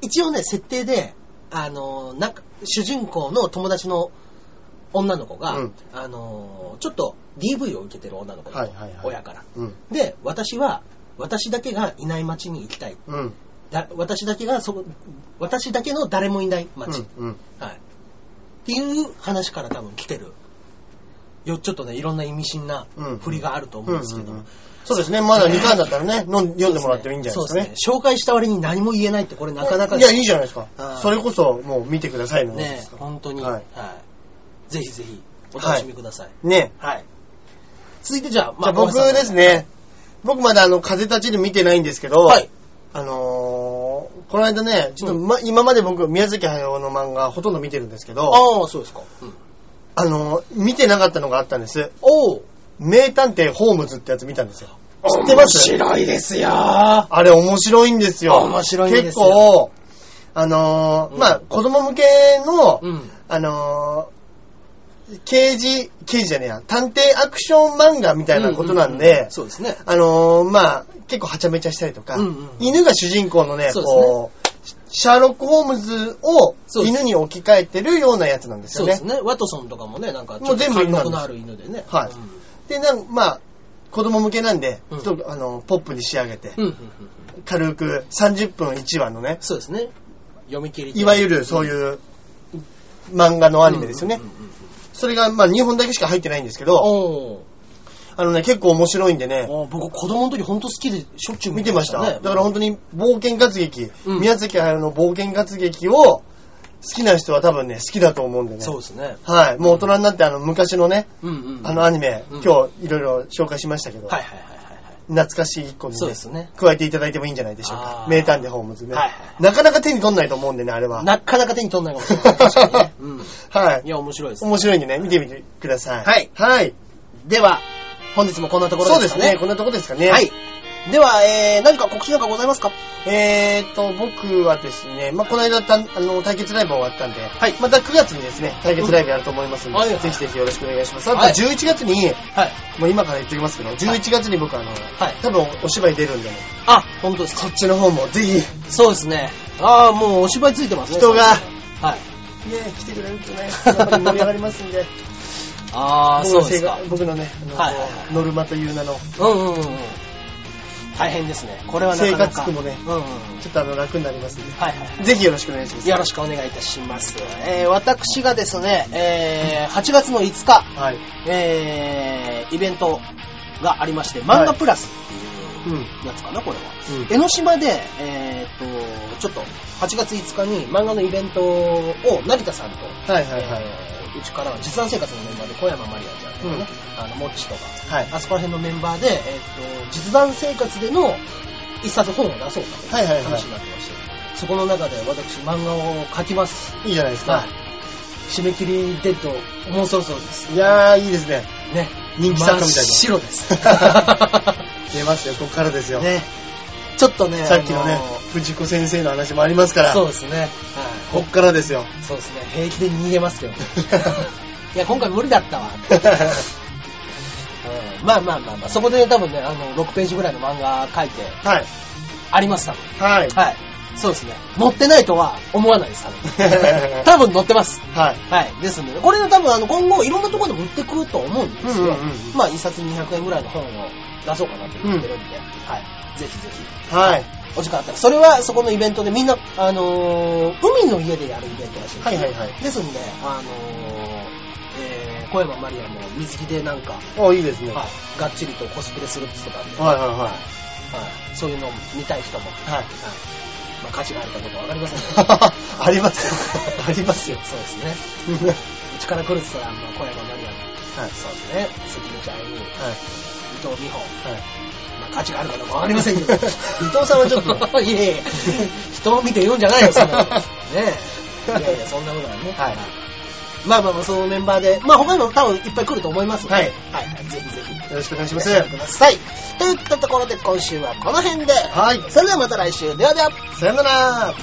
Speaker 1: 一応ね、設定で、あの、なんか、主人公の友達の女の子が、
Speaker 2: うん
Speaker 1: あの、ちょっと DV を受けてる女の子、
Speaker 2: はいはいはい
Speaker 1: 親から。
Speaker 2: うん。
Speaker 1: で、私は、私だけがいない街に行きたい。
Speaker 2: うん。
Speaker 1: だ私だけがそこ、私だけの誰もいない街。
Speaker 2: うん。
Speaker 1: はい。っていう話から多分来てる。よ、ちょっとね、いろんな意味深な
Speaker 2: うん
Speaker 1: 振りがあると思うんですけども、
Speaker 2: うんうんうんそうですね。まだ2巻だったらね、飲ん読んでもらってもいいんじゃないですか
Speaker 1: そう
Speaker 2: ね
Speaker 1: で。すね。紹介した割に何も言えないって、これなかなか
Speaker 2: いや、いいじゃないですか
Speaker 1: は。い
Speaker 2: それこそ、もう見てくださいの
Speaker 1: ね
Speaker 2: です。
Speaker 1: 本当に、
Speaker 2: は
Speaker 1: はいい。ぜひぜひ、お楽しみください。
Speaker 2: ね。
Speaker 1: はい。続いてじゃあ、
Speaker 2: じゃあ僕
Speaker 1: 大橋さん
Speaker 2: です。ね。僕まだあの、風立ちる見てないんですけど、
Speaker 1: はい。
Speaker 2: あのー、この間ね、ちょっと、ま、今まで僕、宮崎駿の漫画ほとんど見てるんですけど、
Speaker 1: ああ、そうですか。うん、
Speaker 2: あのー、見てなかったのがあったんです。
Speaker 1: おお。
Speaker 2: 名探偵ホームズってやつ見たんですよ。知ってます
Speaker 1: 面白いですよー。
Speaker 2: あれ面白いんですよ。
Speaker 1: 面白いんですよ
Speaker 2: 結構、あのー
Speaker 1: うん
Speaker 2: まあ、子供向けの、
Speaker 1: うん。
Speaker 2: あのー刑事、刑事じゃねえや、探偵アクション漫画みたいなことなんで、
Speaker 1: うううそうですね。
Speaker 2: あのーまあ、結構はちゃめちゃしたりとか、
Speaker 1: うんうん
Speaker 2: 犬が主人公のね、
Speaker 1: そうですね
Speaker 2: こう、シャーロック・ホームズを
Speaker 1: そうです
Speaker 2: 犬に置き換えてるようなやつなんです
Speaker 1: そ
Speaker 2: よ
Speaker 1: うで
Speaker 2: ね。
Speaker 1: すね。ワトソンとかもね、なんか、
Speaker 2: もう全部犬なんです
Speaker 1: のある犬でね。
Speaker 2: はい
Speaker 1: うん
Speaker 2: でなんまあ、子供向けなんで、
Speaker 1: うん
Speaker 2: ちょっとあのポップに仕上げて、
Speaker 1: うんうんうんうん。
Speaker 2: 軽く30分1話のね、
Speaker 1: そうですね。読み切り。
Speaker 2: いわゆるそう
Speaker 1: うん
Speaker 2: いう漫画のアニメですよね。
Speaker 1: うんうんうんうん
Speaker 2: それが、まあ、2本だけしか入ってないんですけど、
Speaker 1: おー
Speaker 2: あのね、結構面白いんでね、
Speaker 1: あー僕、子供の時本当好きでしょっちゅう
Speaker 2: 見てました。だから本当
Speaker 1: に。
Speaker 2: に冒険活劇、
Speaker 1: うん
Speaker 2: 宮崎駿の冒険活劇を好きな人は多分ね、好きだと思うんでね。
Speaker 1: そうですね。
Speaker 2: はい。もう大人になって、あの、昔のね、
Speaker 1: うんうん。
Speaker 2: あのアニメ、
Speaker 1: うん
Speaker 2: 今日いろいろ紹介しましたけど、
Speaker 1: はいはいはいはいはい。
Speaker 2: 懐かしい一個に、ね、
Speaker 1: そうですね。
Speaker 2: 加えていただいてもいいんじゃないでしょうか
Speaker 1: あ。ー
Speaker 2: 名探偵ホームズね、
Speaker 1: はいはい
Speaker 2: なかなか手に取んないと思うんでね、あれは。
Speaker 1: なかなか手に取んないかもしれない。確かにね。 うん。
Speaker 2: はい
Speaker 1: い。や、面白いですね。
Speaker 2: 面白いんでね、見てみてください。
Speaker 1: はい。
Speaker 2: はい。
Speaker 1: では、本日もこんなとこ
Speaker 2: そ
Speaker 1: ろ
Speaker 2: う
Speaker 1: で
Speaker 2: ですす
Speaker 1: かね。
Speaker 2: ね。こんなとこですかね。
Speaker 1: はい。。では、えー、何か告知なんかございますか
Speaker 2: えーと、僕はですね、まあ、この間たん、あの、対決ライブ終わったんで、
Speaker 1: はい
Speaker 2: また9月にですね、対決ライブやると思いますの
Speaker 1: は
Speaker 2: で、
Speaker 1: い
Speaker 2: ぜひぜひよろしくお願いします。あと
Speaker 1: はい
Speaker 2: 11月に、
Speaker 1: はい。
Speaker 2: もう今から言っておきますけど、11月に僕あの、
Speaker 1: はい
Speaker 2: 多分お芝居出るんでね、
Speaker 1: あ、本当です
Speaker 2: こ
Speaker 1: か
Speaker 2: っ。ちの方もぜひ、ね、
Speaker 1: そうですね。ああ、もうお芝居ついてますね。
Speaker 2: 人が
Speaker 1: はい。
Speaker 2: 来てくれるとね、 やっぱり盛り上がりますん で、
Speaker 1: ああ、
Speaker 2: 僕の
Speaker 1: そうですか
Speaker 2: 性。格僕のね、あの
Speaker 1: はいはいはい
Speaker 2: ノルマという名の、
Speaker 1: うんうんうんうん。大変ですね。これはなかなか。
Speaker 2: 生活苦もね
Speaker 1: うんうんうん。
Speaker 2: ちょっとあの、楽になりますんで、
Speaker 1: はいはい。
Speaker 2: ぜひよろしくお願いします。
Speaker 1: よろしくお願いいたします。えー、私がですね、えー、8月の5日、
Speaker 2: はい。
Speaker 1: えー、イベントがありまして、漫画プラスって
Speaker 2: はい
Speaker 1: いうやつかな、これは。
Speaker 2: うん
Speaker 1: 江ノ島で、えー、っと、ちょっと、8月5日に漫画のイベントを成田さんと、
Speaker 2: はいはいはい。
Speaker 1: えーうちからは実弾生活のメンバーで小山マリアちゃんとかね、あの、もっちとか、
Speaker 2: はい。
Speaker 1: あそこら辺のメンバーで、えー、っと、実弾生活での一冊本を出そうかと
Speaker 2: はいはいいうはい
Speaker 1: 話になってまして、そこの中で私漫画を描きます。
Speaker 2: いいじゃないですか。
Speaker 1: はい。締め切りデッド、もうそろそろです。
Speaker 2: いやー、いいですね。
Speaker 1: ね。
Speaker 2: 人気作家みたいな
Speaker 1: 真っ白です。
Speaker 2: 出ますよ、ここからですよ。
Speaker 1: ね。ちょっとね、
Speaker 2: さっきのね
Speaker 1: あの、
Speaker 2: 藤子先生の話もありますから、
Speaker 1: そう
Speaker 2: こ
Speaker 1: ですね。はい
Speaker 2: こっから ですよ。
Speaker 1: そうですね。平気で逃げ ますけど。いや、今回無理だったわ。うんまあまあまあまあ、そこで多分ね、あの、6ページぐらいの漫画書いて
Speaker 2: はい。
Speaker 1: ありましたの
Speaker 2: はい
Speaker 1: で。。はい。そうですね。載ってないとは思わないです、多 分。多分載ってます。
Speaker 2: はい。
Speaker 1: はい。ですので、これで多分あの今後いろんなところでも売ってくると思うんです
Speaker 2: うんう
Speaker 1: よ
Speaker 2: んうん。
Speaker 1: まあ一冊200円ぐらいの本を出そうかなと思ってるんで、はい。ぜひぜひ。
Speaker 2: はい。
Speaker 1: お時間あったら、それはそこのイベントでみんな、あのー海の家でやるイベントらしいんですね
Speaker 2: はいはいはい
Speaker 1: ですんで、あのーえー小山マリアも水着でなんか、
Speaker 2: お、いいですね。は
Speaker 1: はい、がっちりとコスプレするって言ってたんで、
Speaker 2: い
Speaker 1: はい
Speaker 2: はいは
Speaker 1: そういうのを見たい人も、はい
Speaker 2: い。はい。
Speaker 1: まあ、価値があるかどうかわかりませんけど、
Speaker 2: ありますよ。ありますよ。
Speaker 1: そうですね。うちから来るって言ったら、まあ、小山
Speaker 2: は
Speaker 1: マリアの
Speaker 2: い。
Speaker 1: そうですね。関根ちゃんに、伊
Speaker 2: はい。
Speaker 1: 藤美穂。
Speaker 2: はい。
Speaker 1: まあ、価値があるかどうかわかりませ んけど。
Speaker 2: 伊藤さんはちょっと
Speaker 1: いえいえ、人を見て言うんじゃないよ、そ んなの。ねえ。い やいや、そんなことはね。
Speaker 2: はい
Speaker 1: まあまあまあ、そのメンバーで、まあ他にも多分いっぱい来ると思いますので。
Speaker 2: はい
Speaker 1: はいはい、ぜひぜひ。お
Speaker 2: よろしくお願いし
Speaker 1: 願
Speaker 2: ま
Speaker 1: い
Speaker 2: す。
Speaker 1: してください。といったところで今週はこの辺で。
Speaker 2: はい
Speaker 1: それではまた来週。ではでは。
Speaker 2: さよなら。